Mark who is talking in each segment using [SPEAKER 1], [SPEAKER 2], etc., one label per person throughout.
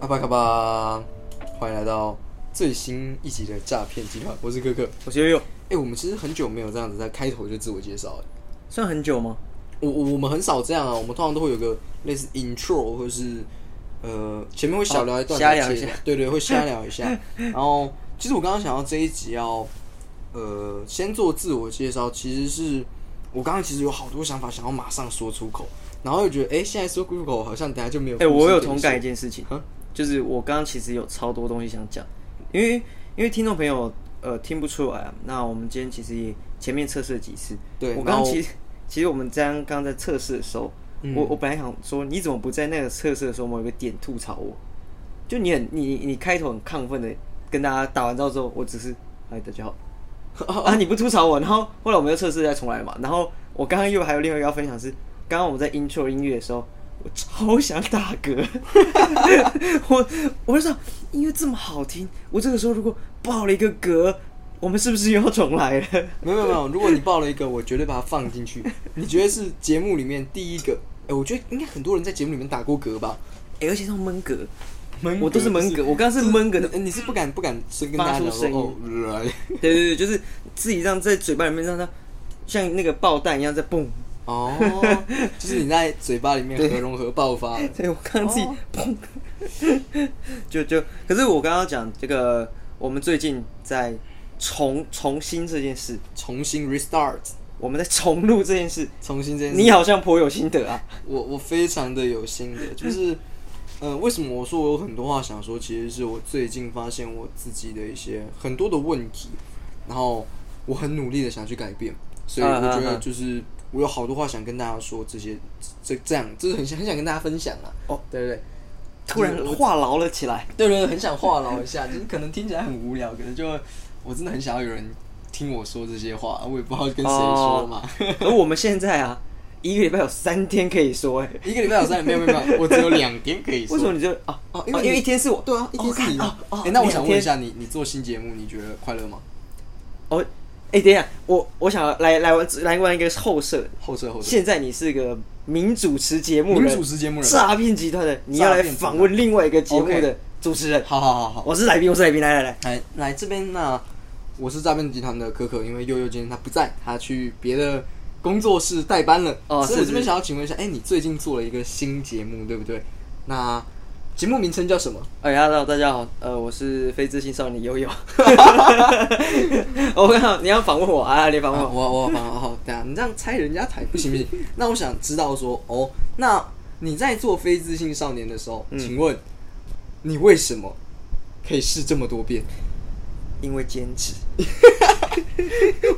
[SPEAKER 1] 阿巴嘎巴，欢迎来到最新一集的诈骗集团，我是哥哥。
[SPEAKER 2] 我是悠悠，
[SPEAKER 1] 哎、我们其实很久没有这样子在开头就自我介绍了。
[SPEAKER 2] 算很久吗？
[SPEAKER 1] 我我我们很少这样啊，我们通常都会有个类似 intro 或是呃前面会小聊一段，
[SPEAKER 2] 哦瞎聊一下
[SPEAKER 1] 再接着对对，会瞎聊一 下。然后其实我刚刚想要这一集要呃先做自我介绍，其实是我刚刚其实有好多想法想要马上说出口，然后又觉得哎、诶现在说出口好像等下就没有。
[SPEAKER 2] 哎、我有同感一。件事情
[SPEAKER 1] 啊，
[SPEAKER 2] 就是我刚刚其实有超多东西想讲，因为因为听众朋友呃听不出来啊，那我们今天其实也前面测试了几次，
[SPEAKER 1] 对
[SPEAKER 2] 我
[SPEAKER 1] 然
[SPEAKER 2] 刚
[SPEAKER 1] 后
[SPEAKER 2] 刚其实其实我们这样刚刚在测试的时候，
[SPEAKER 1] 嗯
[SPEAKER 2] 我我本来想说你怎么不在那个测试的时候某一个点吐槽我，就你很你你开头很亢奋的跟大家打完招之后，我只是嗨大家好。 啊！你不吐槽我，然后后来我们又测试再重来嘛。然后我刚刚又还有另外一个要分享是，刚刚我们在 intro 音乐的时候，我超想打嗝， 我我就想音乐这么好听，我这个时候如果爆了一个嗝，我们是不是又要重来了？
[SPEAKER 1] 没有没有没有，如果你报了一个，我绝对把它放进去。你觉得是节目里面第一个？哎、我觉得应该很多人在节目里面打过嗝吧？
[SPEAKER 2] 哎、而且是闷嗝，
[SPEAKER 1] 闷
[SPEAKER 2] 我都是闷嗝，我刚刚是闷嗝的，
[SPEAKER 1] 你你是不敢不敢是跟大家
[SPEAKER 2] 发出
[SPEAKER 1] 讲说
[SPEAKER 2] 声音
[SPEAKER 1] 哦，来
[SPEAKER 2] 对对对，就是自己让在嘴巴里面让它像那个爆弹一样在蹦。
[SPEAKER 1] 哦，就是你在嘴巴里面核融合爆发了。
[SPEAKER 2] 对，我刚刚自己
[SPEAKER 1] 哦
[SPEAKER 2] 砰，就就，可是我刚刚讲这个，我们最近在重重新这件事，
[SPEAKER 1] 重新 restart，
[SPEAKER 2] 我们在重录这件事，
[SPEAKER 1] 重新这件事。
[SPEAKER 2] 你好像颇有心得啊。
[SPEAKER 1] 我我非常的有心得， 就是，呃，为什么我说我有很多话想说？其实是我最近发现我自己的一些很多的问题，然后我很努力的想去改变，所以我
[SPEAKER 2] 嗯嗯
[SPEAKER 1] 觉得
[SPEAKER 2] 嗯
[SPEAKER 1] 就是我有好多话想跟大家说，这些这这样，就是很想很想跟大家分享啊。
[SPEAKER 2] 哦，
[SPEAKER 1] 对对对，
[SPEAKER 2] 突然话痨了起来，
[SPEAKER 1] 对对对，很想话痨一下，就是可能听起来很无聊，可能就我真的很想要有人听我说这些话，我也不知道跟谁说嘛。
[SPEAKER 2] 而我们现在啊，一个礼拜有三天可以说、欸，哎，
[SPEAKER 1] 一个礼拜有三天，没有没有没有，我只有两天可以说。
[SPEAKER 2] 为什么你就啊？
[SPEAKER 1] 哦
[SPEAKER 2] 哦，
[SPEAKER 1] 因
[SPEAKER 2] 因
[SPEAKER 1] 为
[SPEAKER 2] 为
[SPEAKER 1] 你
[SPEAKER 2] 因为一天是我，
[SPEAKER 1] 对啊，一天
[SPEAKER 2] 哦
[SPEAKER 1] 是你
[SPEAKER 2] 看哦哦
[SPEAKER 1] 哎，那我想问一，
[SPEAKER 2] 两天
[SPEAKER 1] 下，你你做新节目，你觉得快乐吗？
[SPEAKER 2] 哦，哎、等一下，我我想要来来玩来玩一个后设，
[SPEAKER 1] 后撤后撤。
[SPEAKER 2] 现在你是个名主持节目人，
[SPEAKER 1] 名主持节目人
[SPEAKER 2] 诈骗集团的，你要来访问另外一个节目的
[SPEAKER 1] OK
[SPEAKER 2] 主持人。
[SPEAKER 1] 好好好好，
[SPEAKER 2] 我是来宾，我是来宾，来来来，
[SPEAKER 1] 来来这边那我是诈骗集团的可可，因为悠悠今天他不在，他去别的工作室代班了。
[SPEAKER 2] 哦
[SPEAKER 1] 所以我
[SPEAKER 2] 是
[SPEAKER 1] 这边
[SPEAKER 2] 是
[SPEAKER 1] 想要请问一下，哎，你最近做了一个新节目，对不对？那节目名称叫什么？
[SPEAKER 2] 哎，Hello，大家好，呃，我是非自信少女悠悠。 我看你要访问我啊，你访问
[SPEAKER 1] 啊
[SPEAKER 2] 我，
[SPEAKER 1] 我我好好好，等一下你这样拆人家台不行不 行。那我想知道说，哦，那你在做非自信少年的时候，
[SPEAKER 2] 嗯
[SPEAKER 1] 请问你为什么可以试这么多遍？
[SPEAKER 2] 因为兼职。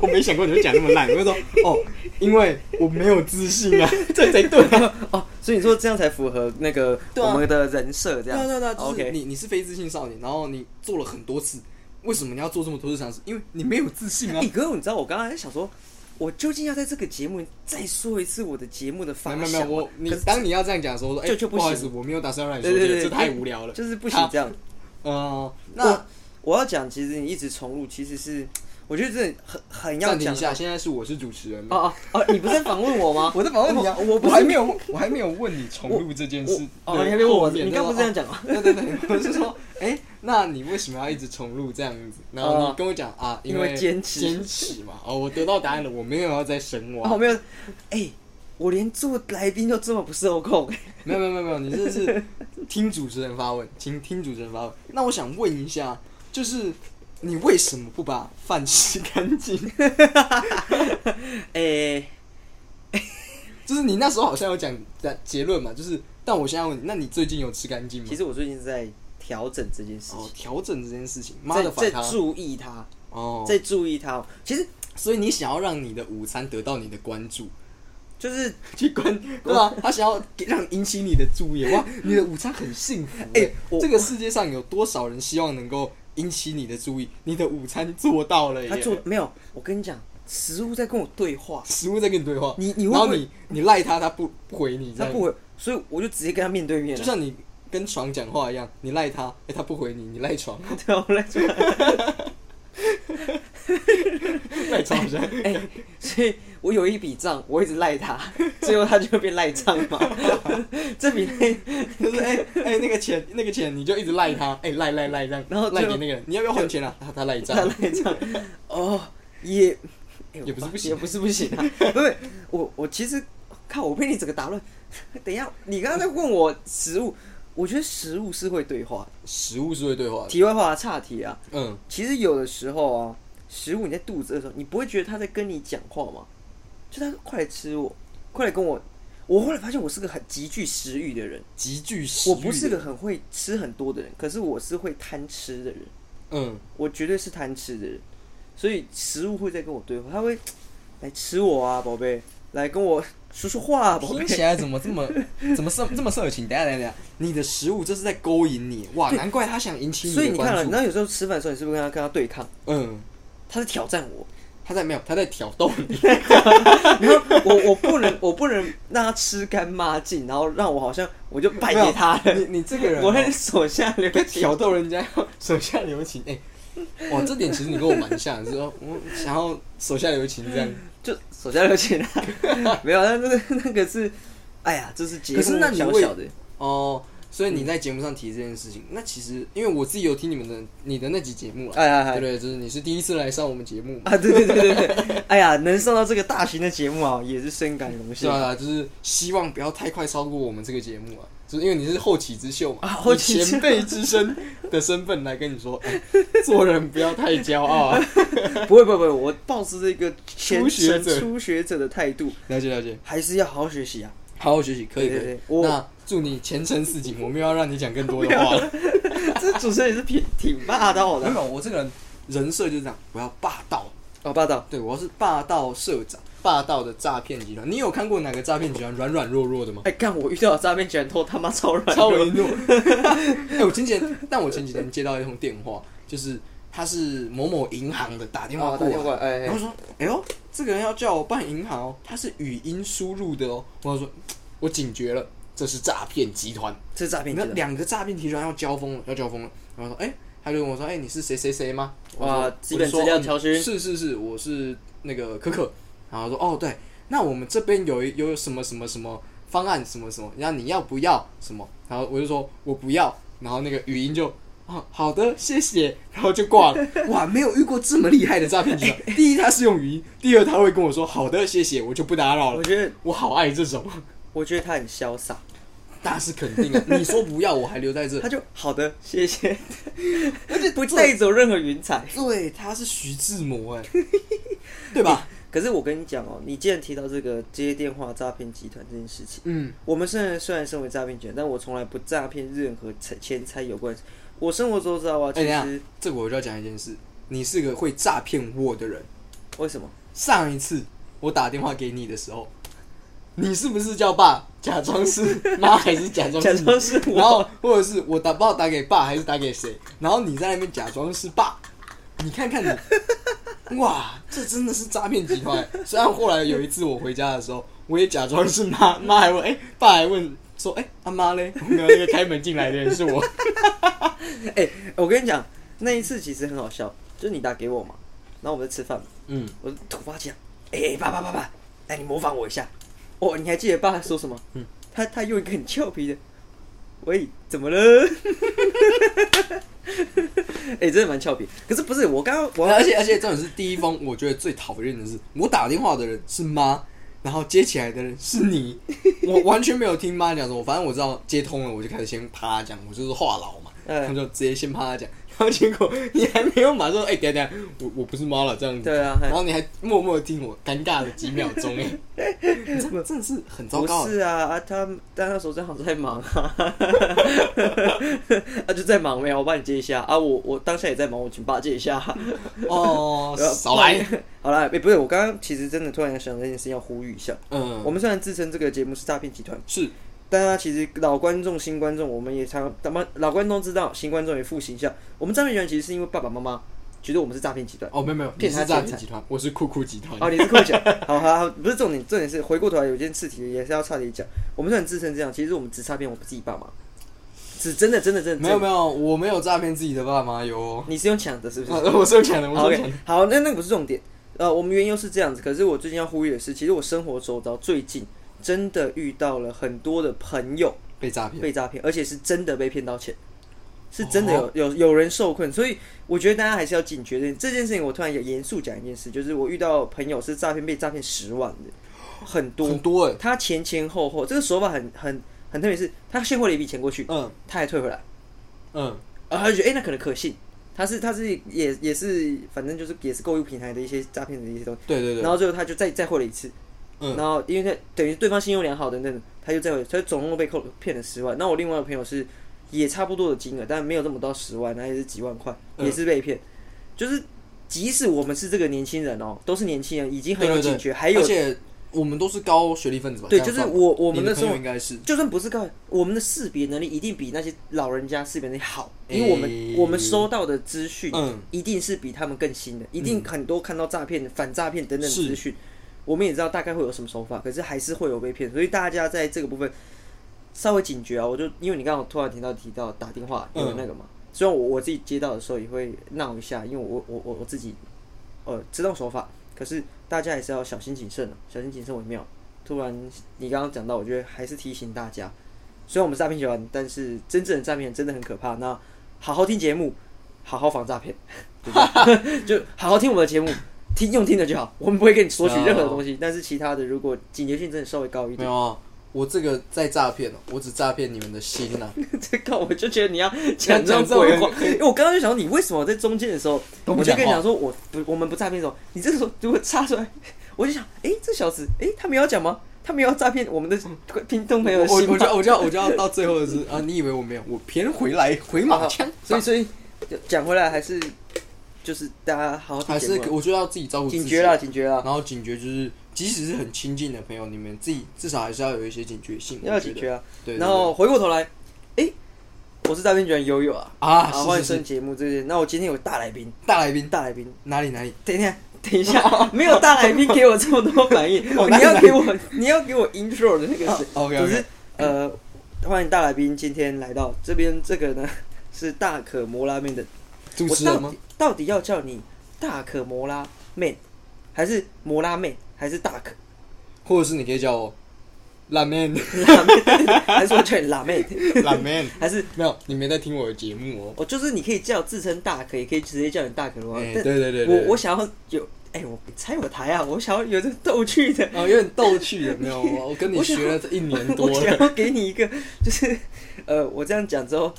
[SPEAKER 1] 我没想过你会讲那么烂，我就说哦，因为我没有自信 啊，这才对啊。
[SPEAKER 2] 哦，所以你说这样才符合那个
[SPEAKER 1] 对啊
[SPEAKER 2] 我们的人设，这
[SPEAKER 1] 对
[SPEAKER 2] 样。
[SPEAKER 1] 啊对啊对啊，就是
[SPEAKER 2] OK，
[SPEAKER 1] 你你是非自信少年，然后你做了很多次，为什么你要做这么多次尝试？因为你没有自信啊
[SPEAKER 2] 哎、。哥，你知道我刚刚在想说，我究竟要在这个节目再说一次我的节目的
[SPEAKER 1] 没
[SPEAKER 2] 哎发
[SPEAKER 1] 有
[SPEAKER 2] 想
[SPEAKER 1] 没
[SPEAKER 2] 吗？
[SPEAKER 1] 有没有，我你
[SPEAKER 2] 可是
[SPEAKER 1] 当你要这样讲的时候，我说哎、
[SPEAKER 2] 就就不
[SPEAKER 1] 不好意
[SPEAKER 2] 行
[SPEAKER 1] 思，我没有打算让你说
[SPEAKER 2] 对
[SPEAKER 1] 这个，
[SPEAKER 2] 对对，
[SPEAKER 1] 这
[SPEAKER 2] 就
[SPEAKER 1] 太无聊了。
[SPEAKER 2] 就是不行这样。
[SPEAKER 1] 呃，那
[SPEAKER 2] 那我要讲，其实你一直重录，其实是我觉得真的很很要
[SPEAKER 1] 暂停
[SPEAKER 2] 讲
[SPEAKER 1] 一。下，现在是我是主持人。？
[SPEAKER 2] 哦哦哦，你不是在访 问我吗
[SPEAKER 1] 我在访问你啊，
[SPEAKER 2] 我我不
[SPEAKER 1] 我
[SPEAKER 2] 是
[SPEAKER 1] 还没有问，我还没有问你重录这件事。
[SPEAKER 2] 哦，
[SPEAKER 1] 对
[SPEAKER 2] 你还没问我，
[SPEAKER 1] 后面
[SPEAKER 2] 你刚不是这样讲吗？
[SPEAKER 1] 对对对，我是说，哎、那你为什么要一直重录这样子？然后你跟我讲啊，
[SPEAKER 2] 哦因
[SPEAKER 1] 为
[SPEAKER 2] 为坚持
[SPEAKER 1] 坚持嘛。哦，我得到答案了，我没有要再深挖。
[SPEAKER 2] 哦，没有，哎，我连做来宾都这么不受控，
[SPEAKER 1] 没有没有没有没有，你这是听主持人发问，请听主持人发问。那我想问一下，就是你为什么不把饭吃干净？
[SPEAKER 2] 哎，
[SPEAKER 1] 就是你那时候好像有讲在结论嘛，就是，但我现在问你，那你最近有吃干净吗
[SPEAKER 2] 其？实我最近是在调整这件事
[SPEAKER 1] 哦
[SPEAKER 2] 情，，
[SPEAKER 1] 调整这件事情，妈的
[SPEAKER 2] 在
[SPEAKER 1] 反
[SPEAKER 2] 在
[SPEAKER 1] 他
[SPEAKER 2] 注意它，
[SPEAKER 1] 哦，
[SPEAKER 2] 在注意它。其实
[SPEAKER 1] 所以你想要让你的午餐得到你的关注，
[SPEAKER 2] 就是，
[SPEAKER 1] 去关对吧、
[SPEAKER 2] 哦
[SPEAKER 1] 他想要给让引起你的注意，哇， 你的午餐很幸福、哎、
[SPEAKER 2] 哎我
[SPEAKER 1] 这个世界上有多少人希望能够引起你的注意？你的午餐做到了耶！
[SPEAKER 2] 他做没有，我跟你讲，食物在跟我对话，
[SPEAKER 1] 食物在跟你对话，
[SPEAKER 2] 你你会
[SPEAKER 1] 然后
[SPEAKER 2] 不会
[SPEAKER 1] 你你赖他，他不不回你，
[SPEAKER 2] 他不，回，啊所以我就直接跟他面对面
[SPEAKER 1] 就
[SPEAKER 2] 了。
[SPEAKER 1] 像你跟床讲话一样，你赖他，哎、他不回你，你赖床，
[SPEAKER 2] 对啊，我来做。
[SPEAKER 1] 赖超 好笑。
[SPEAKER 2] 哎、所以我有一笔账，我一直 赖他，最后他就变赖账嘛。这笔赖，
[SPEAKER 1] 就是哎哎、那个钱那个钱，你就一直赖他，哎、赖赖赖这样，
[SPEAKER 2] 然后最
[SPEAKER 1] 赖
[SPEAKER 2] 后
[SPEAKER 1] 给那个人，你要不要还钱啊？他他赖账
[SPEAKER 2] 他，赖账，哦，也、哎
[SPEAKER 1] 也不是不行
[SPEAKER 2] 也不是不行啊。不是，我我其实靠，我被你整个打乱。 等一下，你刚刚在问我食物，我觉得食物是会对话的。
[SPEAKER 1] 食物是会对话的，
[SPEAKER 2] 题外话，岔题啊，
[SPEAKER 1] 嗯，
[SPEAKER 2] 其实有的时候啊，食物你在肚子饿的时候，你不会觉得他在跟你讲话吗？就他快来吃我，快来跟我。我后来发现我是个很极具食欲的人，
[SPEAKER 1] 极具食欲
[SPEAKER 2] 我不是
[SPEAKER 1] 的
[SPEAKER 2] 个很会吃很多的人，可是我是会贪吃的人，
[SPEAKER 1] 嗯，
[SPEAKER 2] 我绝对是贪吃的人，所以食物会在跟我对话，他会来吃我啊，宝贝，来跟我说说话、啊，宝贝
[SPEAKER 1] 听。起来怎么这么怎么色这么色情？等一下等一下，等一下啊你的食物这是在勾引你哇！难怪他想引起
[SPEAKER 2] 所以
[SPEAKER 1] 你的
[SPEAKER 2] 你看
[SPEAKER 1] 关
[SPEAKER 2] 了，你
[SPEAKER 1] 注。
[SPEAKER 2] 知道有时候吃饭的时候，你是不是跟他跟他对抗？
[SPEAKER 1] 嗯，
[SPEAKER 2] 他在挑战我，
[SPEAKER 1] 他在没有他在挑逗 你，
[SPEAKER 2] 然后我我不能我不能让他吃干抹净，然后让我好像我就败给他
[SPEAKER 1] 没有
[SPEAKER 2] 了，
[SPEAKER 1] 你你这个人哦，
[SPEAKER 2] 我会手下留
[SPEAKER 1] 被
[SPEAKER 2] 情。
[SPEAKER 1] 挑逗人家要手下留情，哎、哇，这点其实你跟我蛮像的，是说我想要手下留情这 样。
[SPEAKER 2] 就手下 留情啊，没有，那那那个是，哎呀，这是节目
[SPEAKER 1] 可是那你
[SPEAKER 2] 小
[SPEAKER 1] 为
[SPEAKER 2] 小的，
[SPEAKER 1] 哦，所以你在节目上提这件事情，那其实因为我自己有听你们的你的那集节目了，
[SPEAKER 2] 哎哎
[SPEAKER 1] 对不
[SPEAKER 2] 哎
[SPEAKER 1] 对？就是你是第一次来上我们节目嘛，
[SPEAKER 2] 啊，对对对对对，哎呀，能上到这个大型的节目啊，也是深感荣
[SPEAKER 1] 是
[SPEAKER 2] 幸。
[SPEAKER 1] 吧？就是希望不要太快超过我们这个节目啊，就是因为你是后起之秀嘛，
[SPEAKER 2] 啊
[SPEAKER 1] 以
[SPEAKER 2] 后起之秀
[SPEAKER 1] 前辈之身的身份来跟你说， 哎做人不要太骄傲 啊。
[SPEAKER 2] 不会不会不会，我抱持着一个虔
[SPEAKER 1] 初学
[SPEAKER 2] 诚
[SPEAKER 1] 者
[SPEAKER 2] 初学者的态度，
[SPEAKER 1] 了解了解，
[SPEAKER 2] 还是要好好学习啊。
[SPEAKER 1] 好好学习，可以可
[SPEAKER 2] 对
[SPEAKER 1] 以
[SPEAKER 2] 对对。我
[SPEAKER 1] 那祝你前程似锦，我们又要让你讲更多的 话了。
[SPEAKER 2] 这主持人也是挺挺霸道
[SPEAKER 1] 没
[SPEAKER 2] 的
[SPEAKER 1] 有，我这个人人设就是这样，我要霸道。
[SPEAKER 2] 哦，霸道。
[SPEAKER 1] 对，我要是霸道社长，霸道的诈骗集团。你有看过哪个诈骗集团软软弱弱的吗？
[SPEAKER 2] 哎，干我遇到的诈骗卷头他妈超 软
[SPEAKER 1] 超
[SPEAKER 2] 弱，
[SPEAKER 1] 为诺。哎、我前几天，但我前几天接到一通电话，就是他是某某银行的打电话
[SPEAKER 2] 哦
[SPEAKER 1] 过
[SPEAKER 2] 打电话
[SPEAKER 1] 来，
[SPEAKER 2] 哎哎
[SPEAKER 1] 然后说：“哎呦，这个人要叫我办银行哦，他是语音输入的哦。”我说：“我警觉了，这是诈骗集团。”
[SPEAKER 2] 这是诈骗
[SPEAKER 1] 那
[SPEAKER 2] 集团。
[SPEAKER 1] 两个诈骗集团要交锋了，要交锋了。然后说，哎、他就跟我说，哎、你是谁谁谁吗？
[SPEAKER 2] 哇
[SPEAKER 1] 我说
[SPEAKER 2] 基本资料调询
[SPEAKER 1] 我就说嗯是是是，我是那个可可。然后说，哦，对，那我们这边有一有什么什么什么方案，什么什么，然后你要不要什么？然后我就说我不要，然后那个语音就。哦，好的，谢谢，然后就挂 了。哇，没有遇过这么厉害的诈骗集团。第一，他是用语音；第二，他会跟我说“好的，谢谢”，我就不打扰了
[SPEAKER 2] 我。觉得
[SPEAKER 1] 我好爱这种，
[SPEAKER 2] 我觉得他很潇洒，
[SPEAKER 1] 那是肯定的。啊你说不要，我还留在这
[SPEAKER 2] 他，就好的，谢谢， 而且不带走任何云彩。
[SPEAKER 1] 对，他是徐志摩哎，对吧？
[SPEAKER 2] 可是我跟你讲哦，你既然提到这个接电话诈骗集团这件事情，
[SPEAKER 1] 嗯，
[SPEAKER 2] 我们虽然虽然身为诈骗集团，但我从来不诈骗任何财钱财有关。我生活周遭啊，其
[SPEAKER 1] 哎、
[SPEAKER 2] 实、
[SPEAKER 1] 等一下，这个我就要讲一件事，你是个会诈骗我的人。
[SPEAKER 2] 为什么？
[SPEAKER 1] 上一次我打电话给你的时候，你是不是叫爸？假装 是妈还是假装是你
[SPEAKER 2] 假装是我
[SPEAKER 1] 然后或者是我打不知道打给爸还是打给谁，然后你在那边假装是爸，你看看 你，哇，这真的是诈骗集团。虽然后来有一次我回家的时候，我也假装是妈，妈还问，哎、爸还问说，哎、阿妈嘞？没有，那个开门进来的人是我。
[SPEAKER 2] 哎、我跟你讲，那一次其实很好笑，就是你打给我嘛，然后我们在吃饭嘛，
[SPEAKER 1] 嗯，
[SPEAKER 2] 我突发奇想，哎、欸，爸爸爸爸，来你模仿我一下。哦，你还记得爸说什么？
[SPEAKER 1] 嗯
[SPEAKER 2] 他他用一个很俏皮的，喂，怎么了？ 哎、真的蛮俏皮。可是不是我刚刚我
[SPEAKER 1] 而且而且重点是第一封，我觉得最讨厌的是，我打电话的人是妈，然后接起来的人是你，我完全没有听妈讲什么，反正我知道接通了，我就开始先啪讲，我就是话痨嘛，
[SPEAKER 2] 嗯
[SPEAKER 1] 他就直接先啪讲，然后结果你还没有马上说，哎、等一下等一下，我我不是妈了这样子，
[SPEAKER 2] 对啊嘿
[SPEAKER 1] 然后你还默默地听我尴尬了几秒钟， 哎，真的真的是很糟
[SPEAKER 2] 不
[SPEAKER 1] 糕，
[SPEAKER 2] 是啊，啊他但他手正好在忙啊， 他就在忙没有，我帮你接一下啊，我我当下也在忙，我请爸接一下。
[SPEAKER 1] 哦，
[SPEAKER 2] 呃
[SPEAKER 1] 少来，！
[SPEAKER 2] 好啦，哎、不是，我刚刚其实真的突然想到一件事情要呼吁一下。
[SPEAKER 1] 嗯，
[SPEAKER 2] 我们虽然自称这个节目是诈骗集团，
[SPEAKER 1] 是
[SPEAKER 2] 但它其实老观众、新观众，我们也常他们老观众知道，新观众也复习一下。我们诈骗集团其实是因为爸爸妈妈觉得我们是诈骗集团。
[SPEAKER 1] 哦，没有没有，你
[SPEAKER 2] 骗他
[SPEAKER 1] 是诈
[SPEAKER 2] 钱
[SPEAKER 1] 骗
[SPEAKER 2] 财
[SPEAKER 1] 集团，我是酷酷集团，
[SPEAKER 2] 哦，你是跟我讲，好好好，不是重点，重点是回过头来有件事情也是要差点讲。我们虽然自称这样，其实我们只诈骗我们自己爸妈，是真的真的真的
[SPEAKER 1] 没有没有，我没有诈骗自己的爸妈哟、哦。
[SPEAKER 2] 你是用抢的，是不是？
[SPEAKER 1] 我是有抢的，我
[SPEAKER 2] 好
[SPEAKER 1] 是有抢
[SPEAKER 2] 啊 OK，
[SPEAKER 1] 的。
[SPEAKER 2] 好，那那个不是重点。呃，我们缘由是这样子，可是我最近要呼吁的是，其实我生活周遭最近真的遇到了很多的朋友
[SPEAKER 1] 被诈骗，
[SPEAKER 2] 被诈骗，而且是真的被骗到钱，是真的
[SPEAKER 1] 哦
[SPEAKER 2] 有、有有人受困，所以我觉得大家还是要警觉这这件事情。我突然也严肃讲一件事，就是我遇到朋友是诈骗被诈骗十万的，很多
[SPEAKER 1] 很多哎、
[SPEAKER 2] 他前前后后这个手法很很很特别是，他先汇了一笔钱过去，
[SPEAKER 1] 嗯
[SPEAKER 2] 他还退回来。
[SPEAKER 1] 嗯，
[SPEAKER 2] 然后他就觉得哎、诶那可能可信。他是他是也也是，反正就是也是购物平台的一些诈骗的一些东西。
[SPEAKER 1] 对对对，
[SPEAKER 2] 然后最后他就再再汇了一次，
[SPEAKER 1] 嗯
[SPEAKER 2] 然后因为他等于对方信用良好等等，他就再汇，所以总共被扣骗了十万。那我另外一个朋友是也差不多的金额，但没有这么到十万，那也是几万块，
[SPEAKER 1] 嗯
[SPEAKER 2] 也是被骗。就是即使我们是这个年轻人哦，都是年轻人，已经很有
[SPEAKER 1] 对对对
[SPEAKER 2] 警觉，还有
[SPEAKER 1] 而且我们都是高学历分子吧？
[SPEAKER 2] 对
[SPEAKER 1] 这样
[SPEAKER 2] 就是
[SPEAKER 1] 算吧
[SPEAKER 2] 我我们
[SPEAKER 1] 你的
[SPEAKER 2] 那时候
[SPEAKER 1] 朋友应该是
[SPEAKER 2] 就算不是高，我们的识别能力一定比那些老人家识别能力好，
[SPEAKER 1] 诶
[SPEAKER 2] 因为我们、我们收到的资讯
[SPEAKER 1] 哎嗯，
[SPEAKER 2] 一定是比他们更新的，一定很多看到诈骗、反诈骗等等的
[SPEAKER 1] 是
[SPEAKER 2] 资讯，我们也知道大概会有什么手法，可是还是会有被骗，所以大家在这个部分稍微警觉啊。我就因为你刚刚突然提到提到打电话
[SPEAKER 1] 嗯
[SPEAKER 2] 有那个嘛，虽然我我自己接到的时候也会闹一下，因为我我我我自己呃知道手法，可是大家还是要小心谨慎啊，小心谨慎为妙。突然你刚刚讲到，我觉得还是提醒大家，虽然我们是诈骗集团，但是真正的诈骗真的很可怕。那好好听节目，好好防诈骗， 对不对 就好好听我们的节目，听用听的就好，我们不会跟你索取任何东西。但是其他的，如果警觉性真的稍微高一
[SPEAKER 1] 没
[SPEAKER 2] 点，
[SPEAKER 1] 有啊。我这个在诈骗哦，我只诈骗你们的心啊呐、
[SPEAKER 2] 这个我就觉得你要讲这种鬼话，因为我刚刚就想到你为什么在中间的时候，
[SPEAKER 1] 都不
[SPEAKER 2] 我就
[SPEAKER 1] 讲话
[SPEAKER 2] 跟你讲说我不我们不诈骗的时候，你这个时候如果插出来，我就想，哎、这小子，哎、他们要讲吗？他们要诈骗我们的听 众朋友的
[SPEAKER 1] 嗯我
[SPEAKER 2] 心
[SPEAKER 1] 我
[SPEAKER 2] 吗
[SPEAKER 1] 就？我就要我就要到最后的是啊，你以为我没有？我偏回 来回马枪，
[SPEAKER 2] 啊所以所以讲回来还是就是大家好好听
[SPEAKER 1] 还是
[SPEAKER 2] 节目啊
[SPEAKER 1] 我觉得要自己照顾自己，
[SPEAKER 2] 警觉啦，警觉啦。
[SPEAKER 1] 然后警觉就是，即使是很亲近的朋友，你们自己至少还是要有一些警觉性，我
[SPEAKER 2] 要有
[SPEAKER 1] 觉
[SPEAKER 2] 警
[SPEAKER 1] 得
[SPEAKER 2] 觉啊。
[SPEAKER 1] 对，
[SPEAKER 2] 然后
[SPEAKER 1] 对
[SPEAKER 2] 回过头来，哎、我是诈骗集团悠悠啊，
[SPEAKER 1] 对啊，
[SPEAKER 2] 啊，
[SPEAKER 1] 是
[SPEAKER 2] 欢迎
[SPEAKER 1] 是
[SPEAKER 2] 上
[SPEAKER 1] 是，
[SPEAKER 2] 节目这些。那我今天有大来宾，
[SPEAKER 1] 大来宾，
[SPEAKER 2] 大来宾，
[SPEAKER 1] 哪里哪里？
[SPEAKER 2] 等一下，等一下，没有大来宾给我这么多反 应，
[SPEAKER 1] 哦
[SPEAKER 2] 哦你
[SPEAKER 1] 那
[SPEAKER 2] 要
[SPEAKER 1] 来
[SPEAKER 2] 给我，你要给我 intro 的那个是，
[SPEAKER 1] OK
[SPEAKER 2] 可
[SPEAKER 1] OK，
[SPEAKER 2] 是呃，欢迎大来宾今天来到这边，这个呢是大可摩拉面的
[SPEAKER 1] 主
[SPEAKER 2] 我
[SPEAKER 1] 持
[SPEAKER 2] 到
[SPEAKER 1] 人吗
[SPEAKER 2] 底？到底要叫你大可摩拉妹，还是摩拉妹，还是大可？
[SPEAKER 1] 或者是你可以叫我辣妹，
[SPEAKER 2] 辣妹， 还是我叫你辣妹？
[SPEAKER 1] 辣妹，
[SPEAKER 2] 还是
[SPEAKER 1] 没有，你没在听我的节目哦。
[SPEAKER 2] 我就是你可以叫自称大可，也可以直接叫你大可罗。
[SPEAKER 1] 哎
[SPEAKER 2] 但
[SPEAKER 1] 对对对对
[SPEAKER 2] 我我想要有，哎、我拆我台啊！我想要有这逗趣的，
[SPEAKER 1] 哦，有点逗趣的，没有，我我跟你
[SPEAKER 2] 我想
[SPEAKER 1] 学了这一年多
[SPEAKER 2] 我想
[SPEAKER 1] 了，
[SPEAKER 2] 要给你一个，就是呃，我这样讲之后，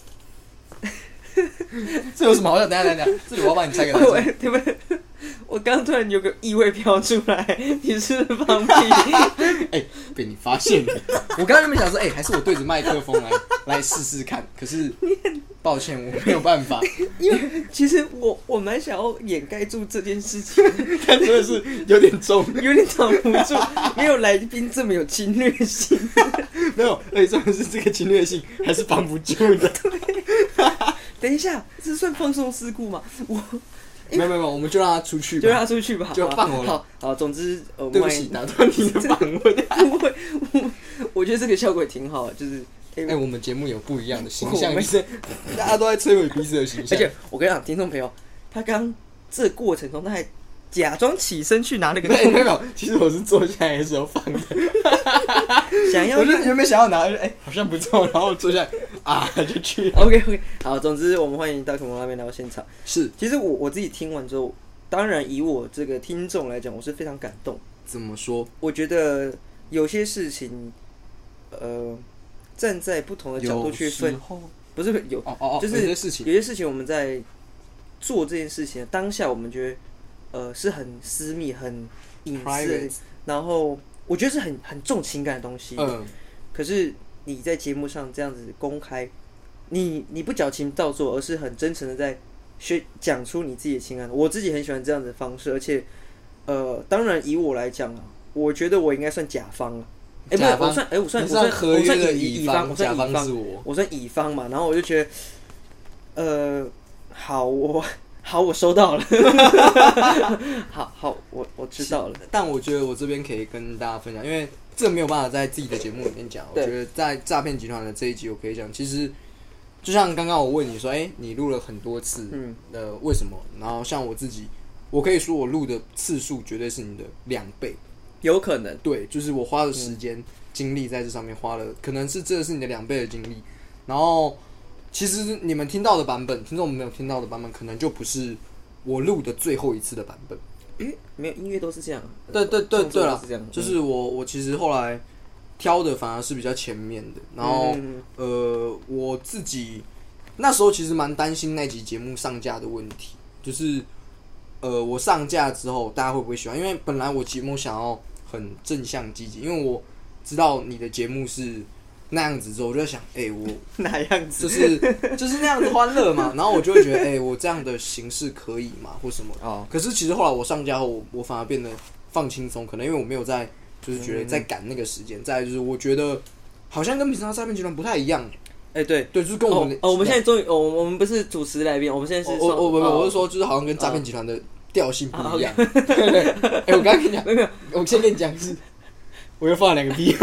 [SPEAKER 1] 这有什么好讲？等一下等一下等一下，这里 哎我要帮你拆给他
[SPEAKER 2] 我
[SPEAKER 1] 听。
[SPEAKER 2] 对不对？ 我刚刚突然有个异味飘出来，你是不是放屁？
[SPEAKER 1] 哎，被你发现了。我刚刚原本想说，哎，还是我对着麦克风来 来试试看，可是抱歉，我没有办法。
[SPEAKER 2] 因为其实我我蛮想要掩盖住这件事情的，
[SPEAKER 1] 但真的是有点重，
[SPEAKER 2] 有点挡不住， 没有来宾这么有侵略性。
[SPEAKER 1] 没有，而且重点是这个侵略性还是防不住 的。
[SPEAKER 2] 等一下，这算放松事故吗？ 我
[SPEAKER 1] 没有没有没有，我们就让他出去
[SPEAKER 2] 就让
[SPEAKER 1] 吧。
[SPEAKER 2] 他出去吧，
[SPEAKER 1] 就放我了
[SPEAKER 2] 好好，总之，呃我们
[SPEAKER 1] 对不起，打断你 的访问。
[SPEAKER 2] 欢迎，不会，我我觉得这个效果也挺好的，就是，哎
[SPEAKER 1] 哎、我们节目有不一样的形
[SPEAKER 2] 我
[SPEAKER 1] 象，
[SPEAKER 2] 们
[SPEAKER 1] 就是大家都在摧毁彼此的形
[SPEAKER 2] 而
[SPEAKER 1] 象。
[SPEAKER 2] 且我跟你讲，听众朋友，他刚这个过程中，他还假装起身去拿那个
[SPEAKER 1] 没有没
[SPEAKER 2] 东
[SPEAKER 1] 有，其实我是坐下来的时候放的，
[SPEAKER 2] 西， 想要
[SPEAKER 1] 我就 原本想要拿，哎、好像不错，然后我坐下来啊就去了。
[SPEAKER 2] OK OK，好，总之我们欢迎大可梦那边来到现场。
[SPEAKER 1] 是
[SPEAKER 2] 其实我我自己听完之后，当然以我这个听众来讲，我是非常感动。
[SPEAKER 1] 怎么说？
[SPEAKER 2] 我觉得有些事情，呃，站在不同的角度去分
[SPEAKER 1] 有时，候
[SPEAKER 2] 不是有
[SPEAKER 1] 哦哦哦，
[SPEAKER 2] 就是
[SPEAKER 1] 有些事情，
[SPEAKER 2] 有些事情我们在做这件事情的当下，我们觉得呃是很私密、很隐私
[SPEAKER 1] Private，
[SPEAKER 2] 然后我觉得是很很重情感的东西。
[SPEAKER 1] 嗯，
[SPEAKER 2] 可是你在节目上这样子公开，你你不矫情造作，而是很真诚的在学讲出你自己的情感。我自己很喜欢这样子的方式，而且呃，当然以我来讲啊，我觉得我应该算甲方了。哎、不
[SPEAKER 1] 甲
[SPEAKER 2] 是，
[SPEAKER 1] 方
[SPEAKER 2] 我算哎、我算我
[SPEAKER 1] 你
[SPEAKER 2] 算
[SPEAKER 1] 算合约的
[SPEAKER 2] 我算乙乙
[SPEAKER 1] 方，
[SPEAKER 2] 我算
[SPEAKER 1] 甲
[SPEAKER 2] 乙
[SPEAKER 1] 方是我。
[SPEAKER 2] 我算乙方嘛，然后我就觉得，呃，好，我好，我收到了， 好好，我我知道了，
[SPEAKER 1] 但我觉得我这边可以跟大家分享，因为这没有办法在自己的节目里面讲。我
[SPEAKER 2] 对
[SPEAKER 1] 觉得在诈骗集团的这一集，我可以讲，其实就像刚刚我问你说，哎、你录了很多次，
[SPEAKER 2] 嗯，
[SPEAKER 1] 呃，为什么？然后像我自己，我可以说我录的次数绝对是你的两倍，
[SPEAKER 2] 有可能，
[SPEAKER 1] 对，就是我花的时间、精力在这上面花了，可能是这是你的两倍的精力。然后，其实你们听到的版本，听众们没有听到的版本，可能就不是我录的最后一次的版本。
[SPEAKER 2] 诶，没有音乐都是这样，
[SPEAKER 1] 对对对
[SPEAKER 2] 创作
[SPEAKER 1] 对
[SPEAKER 2] 都
[SPEAKER 1] 了
[SPEAKER 2] 是这样，，嗯
[SPEAKER 1] 就是我我其实后来挑的反而是比较前面的，然后、
[SPEAKER 2] 嗯
[SPEAKER 1] 呃我自己那时候其实蛮担心那集节目上架的问题，就是呃我上架之后大家会不会喜欢？因为本来我节目想要很正向积极，因为我知道你的节目是那样子之后，我就在想，哎、我
[SPEAKER 2] 哪样子？
[SPEAKER 1] 就是 就是那样子欢乐嘛，然后我就会觉得，哎、我这样的形式可以嘛，或什么。
[SPEAKER 2] 哦，
[SPEAKER 1] 可是其实后来我上架后，我我反而变得放轻松，可能因为我没有在就是觉得
[SPEAKER 2] 嗯
[SPEAKER 1] 在赶那个时间，再来就是我觉得好像跟平常诈骗集团不太一样，
[SPEAKER 2] 哎，对，
[SPEAKER 1] 对，就是跟我们
[SPEAKER 2] 哦，哦我们现在终于，哦，我我们不是主持来宾，我们现在是
[SPEAKER 1] 我
[SPEAKER 2] 双
[SPEAKER 1] 我我我
[SPEAKER 2] 哦啊
[SPEAKER 1] 是说就是好像跟诈骗集团的调性不一样，对对。 哎，我刚刚跟你讲，
[SPEAKER 2] 没有没有，
[SPEAKER 1] 我先跟你讲是，我又放了两个屁，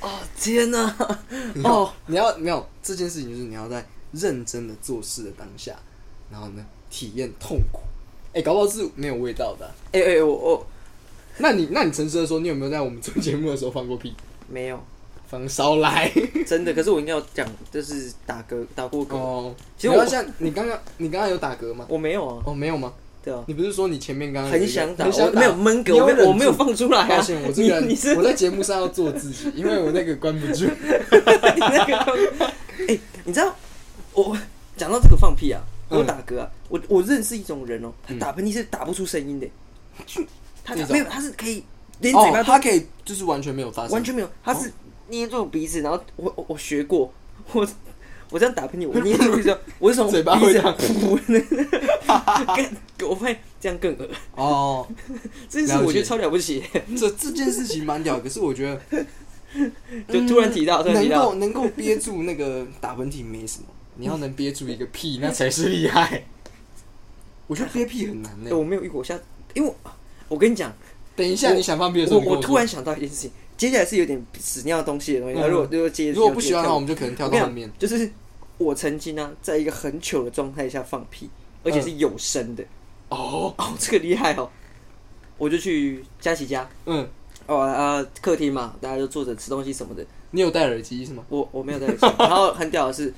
[SPEAKER 2] 哦天哪， 哦，
[SPEAKER 1] 你要没有这件事情就是你要在认真的做事的当下，然后呢体验痛苦，哎，搞不好是没有味道的啊。
[SPEAKER 2] 哎哎，我我
[SPEAKER 1] 那你那你诚实的说，你有没有在我们做节目的时候放过屁？
[SPEAKER 2] 没有，
[SPEAKER 1] 放烧来。
[SPEAKER 2] 真的，可是我应该要讲，就是打嗝打过 嗝，
[SPEAKER 1] 哦，
[SPEAKER 2] 其实
[SPEAKER 1] 没
[SPEAKER 2] 我
[SPEAKER 1] 关系啊你刚刚你刚刚有打嗝吗？
[SPEAKER 2] 我没有啊，
[SPEAKER 1] 哦，没有吗？
[SPEAKER 2] 对啊，
[SPEAKER 1] 你不是说你前面刚刚有一
[SPEAKER 2] 很
[SPEAKER 1] 个
[SPEAKER 2] 想打，
[SPEAKER 1] 很
[SPEAKER 2] 我
[SPEAKER 1] 想打
[SPEAKER 2] 没有闷嗝，
[SPEAKER 1] 你
[SPEAKER 2] 我没
[SPEAKER 1] 忍
[SPEAKER 2] 有
[SPEAKER 1] 住
[SPEAKER 2] 我没有放出来啊，
[SPEAKER 1] 抱歉，我这个
[SPEAKER 2] 你你是
[SPEAKER 1] 人我在节目上要做自己，因为我那个关不住。
[SPEAKER 2] 你那个，哎、你知道我讲到这个放屁啊，
[SPEAKER 1] 嗯
[SPEAKER 2] 我打嗝啊，我我认识一种人哦，他
[SPEAKER 1] 嗯
[SPEAKER 2] 打喷嚏是打不出声音的，他
[SPEAKER 1] 这
[SPEAKER 2] 打
[SPEAKER 1] 种
[SPEAKER 2] 没有，他是可以连嘴巴
[SPEAKER 1] 哦
[SPEAKER 2] 都、
[SPEAKER 1] 他可以就是完全没有发生，
[SPEAKER 2] 完全没有，他
[SPEAKER 1] 哦
[SPEAKER 2] 是捏住鼻子，然后我我我学过， 我我这样打喷嚏，我捏住 鼻子，我是从
[SPEAKER 1] 嘴巴
[SPEAKER 2] 鼻
[SPEAKER 1] 会
[SPEAKER 2] 子
[SPEAKER 1] 这样
[SPEAKER 2] 噗的，更我发现这样更恶，
[SPEAKER 1] 哦。
[SPEAKER 2] 这件事
[SPEAKER 1] 了解
[SPEAKER 2] 我觉得超了不起，
[SPEAKER 1] 这这件事情蛮屌，可是我觉得
[SPEAKER 2] 就突
[SPEAKER 1] 嗯
[SPEAKER 2] 然提到，突然提
[SPEAKER 1] 能够
[SPEAKER 2] 到，
[SPEAKER 1] 能够憋住那个打喷嚏没什么，你要能憋住一个屁那才是厉害。我觉得憋屁很难呢欸
[SPEAKER 2] 哎。我没有遇过，我下，因为我我跟你讲。
[SPEAKER 1] 等一下你想放屁的时
[SPEAKER 2] 我
[SPEAKER 1] 候，你跟
[SPEAKER 2] 我
[SPEAKER 1] 我
[SPEAKER 2] 突然想到一件事情，接下来是有点屎尿东西的东西。
[SPEAKER 1] 嗯
[SPEAKER 2] 那、如果如果接，
[SPEAKER 1] 如果不喜欢的话，我
[SPEAKER 2] 们
[SPEAKER 1] 们就可能跳到后面。
[SPEAKER 2] 就是我曾经呢、在一个很糗的状态下放屁，
[SPEAKER 1] 嗯
[SPEAKER 2] 而且是有声的。
[SPEAKER 1] 哦，
[SPEAKER 2] 哦， 这个厉害哦！我就去佳琪家，
[SPEAKER 1] 嗯，
[SPEAKER 2] 哦啊，客厅嘛，大家就坐着吃东西什么的。
[SPEAKER 1] 你有戴耳机是吗？
[SPEAKER 2] 我我没有在一起。 然后很屌的是，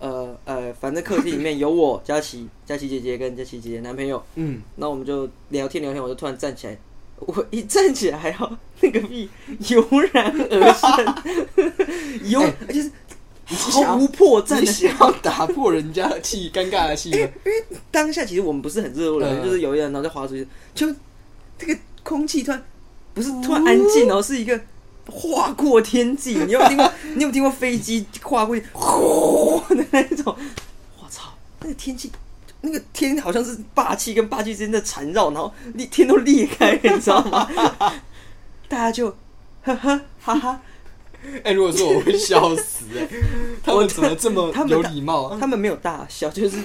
[SPEAKER 2] 呃呃，反正客厅里面有我、佳琪、佳琪姐姐跟佳琪姐姐男朋友。
[SPEAKER 1] 嗯，
[SPEAKER 2] 那我们就聊天聊天，我就突然站起来，我一站起来哦，那个屁油然 而生，油、
[SPEAKER 1] 哎
[SPEAKER 2] 而且是
[SPEAKER 1] 想要
[SPEAKER 2] 毫无破绽
[SPEAKER 1] 你
[SPEAKER 2] 的。
[SPEAKER 1] 想要打破人家的气，尴尬的气氛。
[SPEAKER 2] 当下其实我们不是很热络的人，
[SPEAKER 1] 嗯
[SPEAKER 2] 就是有一个人然后就滑出去，就这个空气突然不是突然安静哦，然后是一个划过天际。你有没有听 过？你有没有听过飞机划过去呼的那种？我操，那个天气。那个天好像是霸气跟霸气之间的缠绕，然后裂天都裂开了，你知道吗？ 大家就呵呵哈哈，
[SPEAKER 1] 哎、如果说我会笑死哎、 他们怎么这么
[SPEAKER 2] 他们
[SPEAKER 1] 有
[SPEAKER 2] 打
[SPEAKER 1] 礼貌啊？
[SPEAKER 2] 他们没有大笑，就是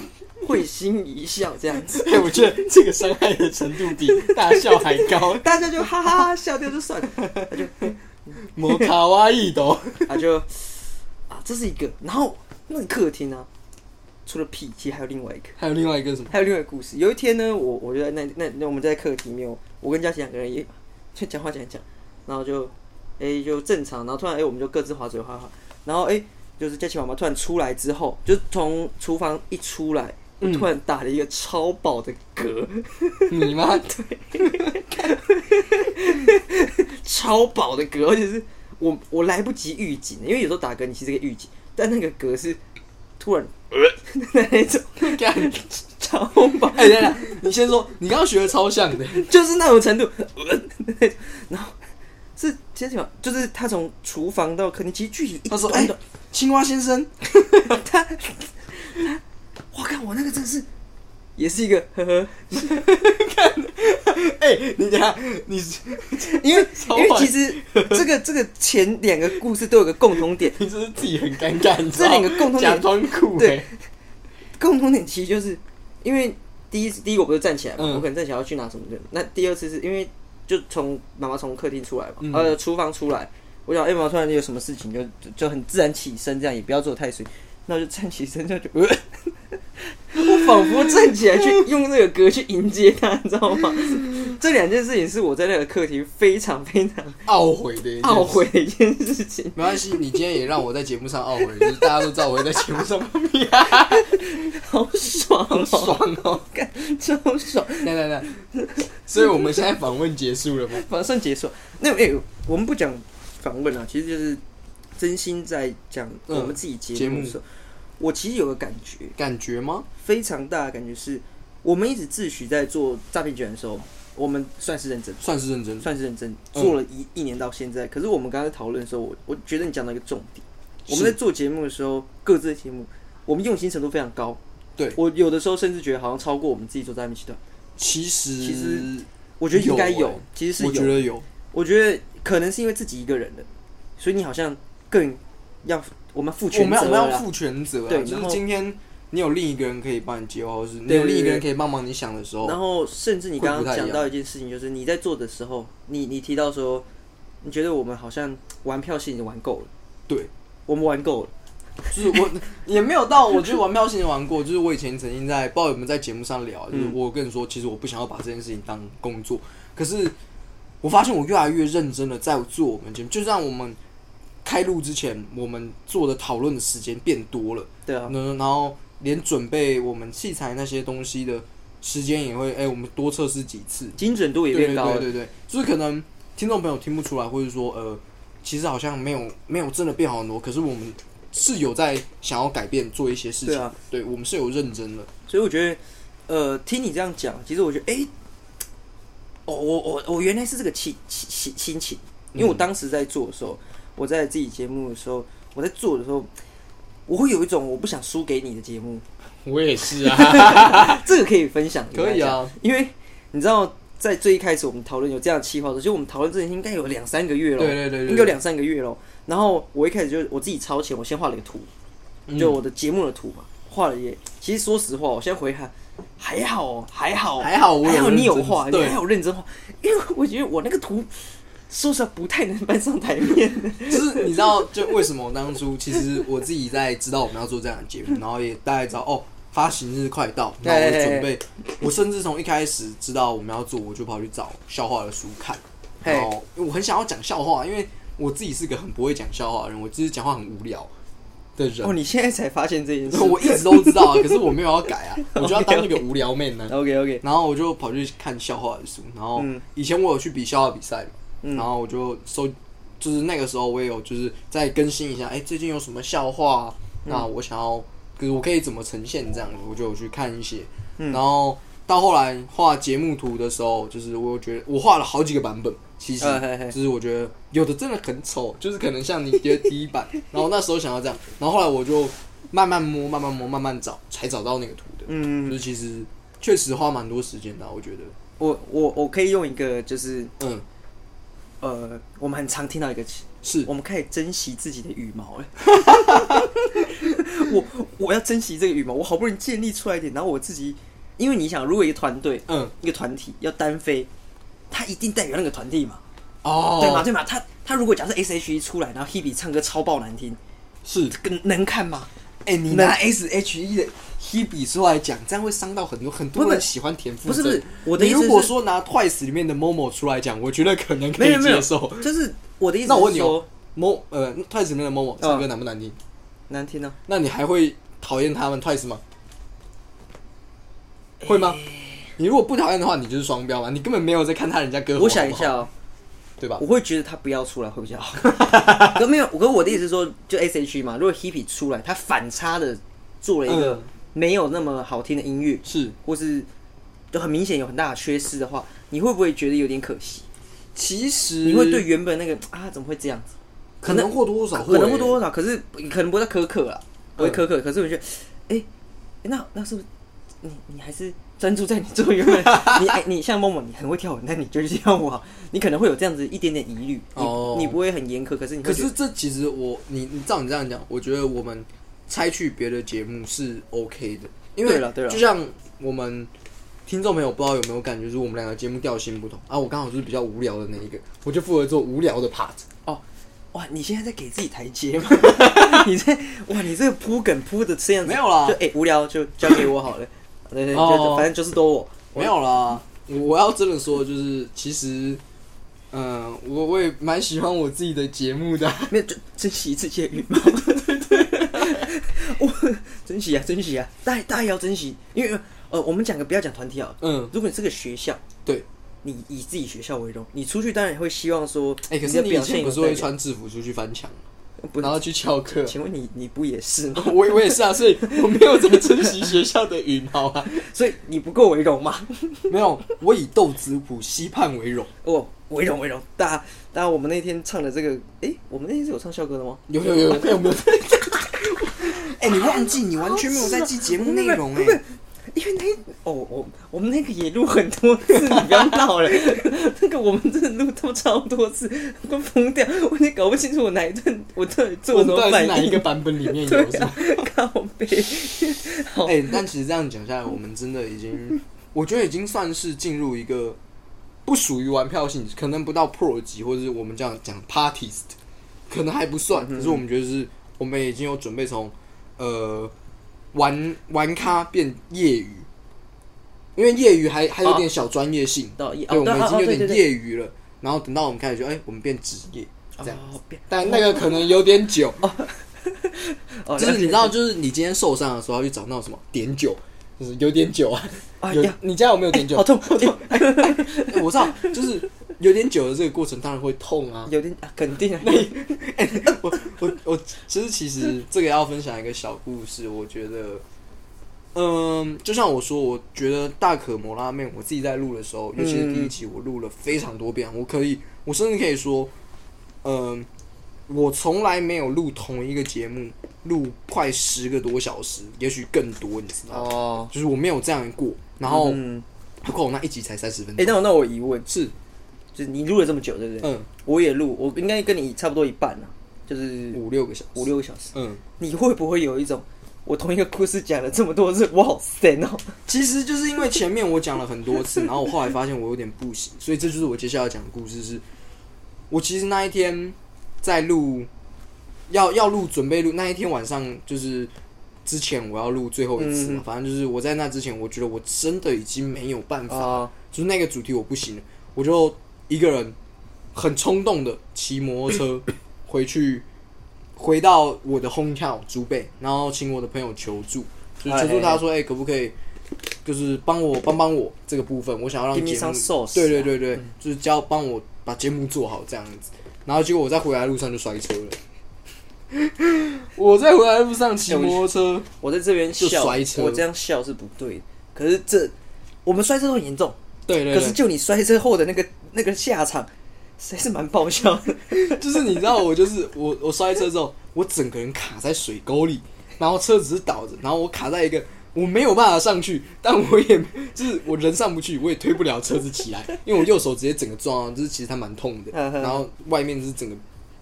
[SPEAKER 2] 会心一笑这样子。。
[SPEAKER 1] 哎、我觉得这个伤害的程度比大笑还高
[SPEAKER 2] 大家就哈哈哈笑掉就算了，他就
[SPEAKER 1] 摩卡哇伊都，
[SPEAKER 2] 他就啊，这是一个。然后那个客厅呢，除了屁，其实还有另外一个，
[SPEAKER 1] 还有另外一个什么？
[SPEAKER 2] 还有另外一个故事。有一天呢，我我就在那那那我们在客厅里面，我跟佳琪两个人也就讲话讲一讲，然后就哎、就正常，然后突然哎、我们就各自划水划划，然后哎、就是佳琪妈妈突然出来之后，就从厨房一出来，我突然打了一个超饱的嗝。
[SPEAKER 1] 你妈！
[SPEAKER 2] 超饱的嗝，而且是我我来不及预警，因为有时候打嗝你其实可以预警，但那个嗝是 突然那一种
[SPEAKER 1] 干
[SPEAKER 2] 超饱，
[SPEAKER 1] 哎、等等，你先说，你刚刚学的超像的。
[SPEAKER 2] 就是那种程度，呃然后是其实就是他从厨房到客厅，其实距离一
[SPEAKER 1] 他
[SPEAKER 2] 段
[SPEAKER 1] 说：“哎、
[SPEAKER 2] 段
[SPEAKER 1] 青蛙先生，
[SPEAKER 2] 他他，我靠，我那个真的是也是一个呵呵，
[SPEAKER 1] 哎、你等一下，你
[SPEAKER 2] 因为
[SPEAKER 1] 超
[SPEAKER 2] 因
[SPEAKER 1] 坏
[SPEAKER 2] 为其实这个这个前两个故事都有个共同点，
[SPEAKER 1] 你这是自己很尴尬，你知
[SPEAKER 2] 这
[SPEAKER 1] 道
[SPEAKER 2] 两
[SPEAKER 1] 吗
[SPEAKER 2] 个共同点
[SPEAKER 1] 假装酷、
[SPEAKER 2] 对
[SPEAKER 1] 哎，
[SPEAKER 2] 共同点其实就是因为第一次第一个我不是站起来嘛，
[SPEAKER 1] 嗯
[SPEAKER 2] 我可能站起来要去拿什么的。那第二次是因为就从妈妈从客厅出来嘛，
[SPEAKER 1] 嗯
[SPEAKER 2] 呃，厨房出来，我想，哎、妈，突然有什么事情就就就很自然起身，这样也不要做太随，那我就站起身就 觉得，呃我仿佛站起来去用那个歌去迎接他，你知 道吗？这两件事情是我在那个课题非常非常
[SPEAKER 1] 懊悔的一件事
[SPEAKER 2] 懊。悔的一件事情。
[SPEAKER 1] 没关系，你今天也让我在节目上懊悔，就是大家都知道我会在节目上放哦屁，
[SPEAKER 2] 好爽、哦，
[SPEAKER 1] 好 爽哦！
[SPEAKER 2] 干，超爽！
[SPEAKER 1] 来来来，所以我们现在访问结束了吗？
[SPEAKER 2] 马上结束。那哎、我们不讲访问啊，其实就是真心在讲
[SPEAKER 1] 嗯
[SPEAKER 2] 我们自己节目的时候，我其实有个感觉，
[SPEAKER 1] 感觉吗？
[SPEAKER 2] 非常大的感觉是，我们一直自诩在做诈骗集团的时候，我们算是认真，
[SPEAKER 1] 算是认真，
[SPEAKER 2] 算是认真
[SPEAKER 1] 嗯
[SPEAKER 2] 做了一一年到现在。可是我们刚刚在讨论的时候，我我觉得你讲到一个重点，
[SPEAKER 1] 是
[SPEAKER 2] 我们在做节目的时候，各自的节目，我们用心程度非常高。
[SPEAKER 1] 对，
[SPEAKER 2] 我有的时候甚至觉得好像超过我们自己做诈骗集团，
[SPEAKER 1] 其实
[SPEAKER 2] 其实我觉得应该有，
[SPEAKER 1] 有欸
[SPEAKER 2] 其实是有
[SPEAKER 1] 我觉得有，
[SPEAKER 2] 我觉得可能是因为自己一个人的，所以你好像更要我们负全
[SPEAKER 1] 我
[SPEAKER 2] 责啊
[SPEAKER 1] 们要我们要
[SPEAKER 2] 了啦
[SPEAKER 1] 负全责啊，
[SPEAKER 2] 对
[SPEAKER 1] 就
[SPEAKER 2] 然
[SPEAKER 1] 是
[SPEAKER 2] 后
[SPEAKER 1] 今天你有另一个人可以帮你接话，或是你
[SPEAKER 2] 对
[SPEAKER 1] 有
[SPEAKER 2] 对
[SPEAKER 1] 另一个人
[SPEAKER 2] 对
[SPEAKER 1] 可以帮忙你想的时候，
[SPEAKER 2] 然后甚至你
[SPEAKER 1] 会不
[SPEAKER 2] 刚刚
[SPEAKER 1] 太一
[SPEAKER 2] 讲
[SPEAKER 1] 样
[SPEAKER 2] 到一件事情，就是你在做的时候，你你提到说，你觉得我们好像玩票性已经玩够了，
[SPEAKER 1] 对，
[SPEAKER 2] 我们玩够了，
[SPEAKER 1] 就是我也没有到，我觉得玩票性玩过，就是我以前曾经在不知道有没有在节目上聊，啊就是我跟你说，其实我不想要把这件事情当工作，可是我发现我越来越认真的在做我们节目，就像我们开录之前，我们做的讨论的时间变多了，
[SPEAKER 2] 对啊，
[SPEAKER 1] 嗯，然后连准备我们器材那些东西的时间也会，哎、我们多测试几次，
[SPEAKER 2] 精准度也
[SPEAKER 1] 对
[SPEAKER 2] 变高了，
[SPEAKER 1] 对对对对，就是可能听众朋友听不出来，或者说呃，其实好像没有没有真的变好很多，可是我们是有在想要改变做一些事情，
[SPEAKER 2] 对啊
[SPEAKER 1] 对我们是有认真的，
[SPEAKER 2] 所以我觉得，呃，听你这样讲，其实我觉得，哎、哦，我我我原来是这个心心心心情，因为我当时在做的时候，我在自己节目的时候，我在做的时候，我会有一种我不想输给你的节目，
[SPEAKER 1] 我也是啊，
[SPEAKER 2] 这个可以分享，
[SPEAKER 1] 可以啊，
[SPEAKER 2] 因为你知道，在最一开始我们讨论有这样的计划的时候，其实我们讨论这件事应该有两三个月了，
[SPEAKER 1] 对对对对
[SPEAKER 2] 应该有两三个月了。然后我一开始就我自己超前，我先画了一个图，
[SPEAKER 1] 嗯
[SPEAKER 2] 就我的节目的图嘛，画了也。其实说实话，我现在回看还好哦，还好哦，
[SPEAKER 1] 还好我有
[SPEAKER 2] 还好你有
[SPEAKER 1] 认真
[SPEAKER 2] 画，你
[SPEAKER 1] 对
[SPEAKER 2] 还有认真画，因为我觉得我那个图。说实话，不太能搬上台面。
[SPEAKER 1] 就是你知道，就为什么我当初其实我自己在知道我们要做这样的节目，然后也大概知道哦。发行日快到，
[SPEAKER 2] 对
[SPEAKER 1] 然后我就准备，我甚至从一开始知道我们要做，我就跑去找笑话的书看，
[SPEAKER 2] 嘿
[SPEAKER 1] 然后因为我很想要讲笑话，因为我自己是个很不会讲笑话的人，我只是讲话很无聊的人。
[SPEAKER 2] 哦，你现在才发现这件事。
[SPEAKER 1] 我一直都知道啊，可是我没有要改啊，我就要当那个无聊妹呢。
[SPEAKER 2] OK OK，
[SPEAKER 1] 然后我就跑去看笑话的书，然后
[SPEAKER 2] 嗯
[SPEAKER 1] 以前我有去比笑话比赛嘛，
[SPEAKER 2] 嗯
[SPEAKER 1] 然后我就搜，就是那个时候我也有就是再更新一下，哎、最近有什么笑话、啊那
[SPEAKER 2] 嗯
[SPEAKER 1] 我想要，就是我可以怎么呈现这样子，我就有去看一些，
[SPEAKER 2] 嗯
[SPEAKER 1] 然后到后来画节目图的时候，就是我有觉得我画了好几个版本，其实
[SPEAKER 2] 啊嘿嘿
[SPEAKER 1] 就是我觉得有的真的很丑，就是可能像你觉得第一 版，然后那时候想要这样，然后后来我就慢慢摸，慢慢摸，慢慢找，才找到那个图的。
[SPEAKER 2] 嗯，
[SPEAKER 1] 就是其实确实花蛮多时间的啊、我觉得。
[SPEAKER 2] 我我我可以用一个就是
[SPEAKER 1] 嗯，
[SPEAKER 2] 呃，我们很常听到一个词
[SPEAKER 1] 是
[SPEAKER 2] 我们开始珍惜自己的羽毛了。我我要珍惜这个羽毛，我好不容易建立出来一点，然后我自己，因为你想，如果一个团队、
[SPEAKER 1] 嗯
[SPEAKER 2] 一个团体要单飞，他一定代表那个团体嘛，
[SPEAKER 1] 哦，
[SPEAKER 2] 对吗？对吗？他他如果假设 S H E 出来，然后 Hebe 唱歌超爆难听，
[SPEAKER 1] 是。
[SPEAKER 2] 跟能看吗？
[SPEAKER 1] 哎、你拿 S H E 的 Hebe 出来讲，这样会伤到很多很多
[SPEAKER 2] 不是
[SPEAKER 1] 人喜欢田馥甄。
[SPEAKER 2] 不是不是我的
[SPEAKER 1] 你
[SPEAKER 2] 意思
[SPEAKER 1] 如果
[SPEAKER 2] 是
[SPEAKER 1] 说拿 Twice 里面的 Momo 出来讲，我觉得可能可
[SPEAKER 2] 没
[SPEAKER 1] 以
[SPEAKER 2] 有没有
[SPEAKER 1] 接受。，
[SPEAKER 2] 就是我的意思。
[SPEAKER 1] 那我问你
[SPEAKER 2] 说
[SPEAKER 1] 哦，，Mo 呃 Twice 里面的 Momo 唱歌难不难听？
[SPEAKER 2] 难听哦呢、
[SPEAKER 1] 那你还会讨厌他们 Twice 吗？会吗？你如果不讨厌的话，你就是双标嘛，你根本没有在看他人家歌。
[SPEAKER 2] 我想一下，哦，
[SPEAKER 1] 对吧
[SPEAKER 2] 我？会觉得他不要出来会比较好。可没有，可我的意思是说，就 S H E 嘛，如果 Hebe 出来，他反差的做了一个
[SPEAKER 1] 嗯
[SPEAKER 2] 没有那么好听的音乐，
[SPEAKER 1] 是，
[SPEAKER 2] 或是就很明显有很大的缺失的话，你会不会觉得有点可惜？
[SPEAKER 1] 其实
[SPEAKER 2] 你会对原本那个啊怎么会这样子，
[SPEAKER 1] 可能或多或少
[SPEAKER 2] 可能
[SPEAKER 1] 欸
[SPEAKER 2] 会嗯多多少，可是可能不会到苛刻啦，啊不会苛刻，可是我觉得，哎、哎那那是不是你你还是专注在你做原本，你哎你像默默，你很会跳舞，那你就去跳舞好，你可能会有这样子一点点疑虑，你、
[SPEAKER 1] 哦
[SPEAKER 2] 你不会很严苛，可是你
[SPEAKER 1] 可
[SPEAKER 2] 会觉
[SPEAKER 1] 是
[SPEAKER 2] 得
[SPEAKER 1] 这其实我你你照你这样讲，我觉得我们拆去别的节目是 OK 的，因为
[SPEAKER 2] 对了对了
[SPEAKER 1] 就像我们听众朋友不知道有没有感觉，就是我们两个节目调性不同啊，我刚好就是比较无聊的那一个，我就负责做无聊的 part。
[SPEAKER 2] 哦，哇，你现在在给自己台阶 吗？你在哇，你这个铺梗铺的这样子，
[SPEAKER 1] 没有啦
[SPEAKER 2] 就哎、无聊就交给我 好了，对对，就
[SPEAKER 1] 哦
[SPEAKER 2] 就反正就是都我，
[SPEAKER 1] 没有啦，我我要真的说，就是其实，嗯、我我也蛮喜欢我自己的节目的。啊
[SPEAKER 2] 没有就珍惜一次借羽毛， 对对对，我珍惜啊珍惜啊，大家大家也要珍惜，因为呃，我们讲个不要讲团体啊，
[SPEAKER 1] 嗯，
[SPEAKER 2] 如果你这个学校，
[SPEAKER 1] 对。
[SPEAKER 2] 你以自己学校为荣，你出去当然会希望说，
[SPEAKER 1] 哎、可
[SPEAKER 2] 你
[SPEAKER 1] 是
[SPEAKER 2] 的
[SPEAKER 1] 你以
[SPEAKER 2] 表现
[SPEAKER 1] 前
[SPEAKER 2] 有
[SPEAKER 1] 不是
[SPEAKER 2] 代
[SPEAKER 1] 会
[SPEAKER 2] 表
[SPEAKER 1] 穿制服出去翻墙，
[SPEAKER 2] 不
[SPEAKER 1] 然后去翘课？
[SPEAKER 2] 请问你你不也是吗？
[SPEAKER 1] 我我也是啊，所以我没有在珍惜学校的羽毛啊。
[SPEAKER 2] 所以你不够为荣吗？
[SPEAKER 1] 没有，我以斗子谱溪畔为荣。
[SPEAKER 2] 哦，为荣为荣，大家大家我们那天唱的这个，哎、我们那天是有唱校歌的吗？
[SPEAKER 1] 有有有，有没有？哎、 你忘记你完全没有在记节目内容哎、
[SPEAKER 2] 因为那哦，我我们那个也录很多次，你不要闹 了。那个我们真的录到超多次，都疯掉，我也搞不清楚我哪一段我到底做
[SPEAKER 1] 我
[SPEAKER 2] 了什
[SPEAKER 1] 们到
[SPEAKER 2] 么
[SPEAKER 1] 底是
[SPEAKER 2] 反
[SPEAKER 1] 哪一个
[SPEAKER 2] 应。
[SPEAKER 1] 版本里面
[SPEAKER 2] 对
[SPEAKER 1] 有？是吗
[SPEAKER 2] 啊，靠背。好，
[SPEAKER 1] 哎、但其实这样讲下来，我们真的已 经，我觉得已经算是进入一个不属于玩票性质，可能不到 pro 级，或者是我们这样讲 partyist，可能还不
[SPEAKER 2] 嗯
[SPEAKER 1] 算。可是我们觉得是，我们已经有准备从呃玩玩咖变业余，因为业余还还有点小专业性，
[SPEAKER 2] 到一
[SPEAKER 1] 对，我
[SPEAKER 2] 哦哦对
[SPEAKER 1] 们已经有
[SPEAKER 2] 哦对对
[SPEAKER 1] 点
[SPEAKER 2] 对
[SPEAKER 1] 业余了。然后等到我们开始就，哎、我们变职业这样。
[SPEAKER 2] 哦，别
[SPEAKER 1] 但那个可能有点久，
[SPEAKER 2] 哦，
[SPEAKER 1] 就是你知道，就是你今天受伤的时候要去找那种什么碘酒，就是有点酒啊。
[SPEAKER 2] 哎
[SPEAKER 1] 有
[SPEAKER 2] 呀，
[SPEAKER 1] 你家有没有碘酒？
[SPEAKER 2] 好痛，好痛，
[SPEAKER 1] 哎哦我知道，就是有点久的这个过程当然会痛啊。
[SPEAKER 2] 有点啊肯定啊，
[SPEAKER 1] 我我我，其实其实这个要分享一个小故事，我觉得，嗯，就像我说，我觉得大可摩拉面，我自己在录的时候，尤其是第一
[SPEAKER 2] 嗯
[SPEAKER 1] 集，我录了非常多遍，我可以，我甚至可以说，嗯，我从来没有录同一个节目录快十个多小时，也许更多，你知道吗？
[SPEAKER 2] 哦，
[SPEAKER 1] 就是我没有这样过，然后
[SPEAKER 2] 嗯，
[SPEAKER 1] 何况我那一集才三十分钟，
[SPEAKER 2] 哎，那我那我疑问，
[SPEAKER 1] 是，
[SPEAKER 2] 就是你录了这么久，对不对？
[SPEAKER 1] 嗯，
[SPEAKER 2] 我也录，我应该跟你差不多一半了，就是
[SPEAKER 1] 五六个小时，
[SPEAKER 2] 五六个小时。
[SPEAKER 1] 嗯，
[SPEAKER 2] 你会不会有一种，我同一个故事讲了这么多次，我好 sad 哦？
[SPEAKER 1] 其实就是因为前面我讲了很多次，然后我后来发现我有点不行，所以这就是我接下来讲的故事是。我其实那一天在录，要要录准备录那一天晚上，就是之前我要录最后一次嘛，反正就是我在那之前，我觉得我真的已经没有办法，
[SPEAKER 2] 啊，
[SPEAKER 1] 就是那个主题我不行了，我就一个人很冲动的骑摩托 车回去，回到我的 hometown 竹北，然后请我的朋友求助，就是求助他说，哎、可不可以？就是帮我帮帮我这个部分，我想要让
[SPEAKER 2] Give me
[SPEAKER 1] 节目
[SPEAKER 2] some sauce 嗯
[SPEAKER 1] 对对对对，就是教帮我把节目做好这样子。然后结果我在回来的路上就摔车 了，我在回来的路上骑摩托车，
[SPEAKER 2] 哎我在这边
[SPEAKER 1] 就
[SPEAKER 2] 笑，
[SPEAKER 1] 摔车
[SPEAKER 2] 我这样笑是不对的。可是这，我们摔车都很严重，
[SPEAKER 1] 对对
[SPEAKER 2] 可是
[SPEAKER 1] 对，
[SPEAKER 2] 就你摔车后的那个那个下场，实在是蛮爆笑 的。
[SPEAKER 1] 就是你知道我就是我我摔车之后，我整个人卡在水沟里，然后车只是倒着，然后我卡在一个我没有办法上去，但我也就是我人上不去，我也推不了车子起来，因为我右手直接整个撞到，就是其实它蛮痛的，
[SPEAKER 2] 嗯哼
[SPEAKER 1] 然后外面就是整个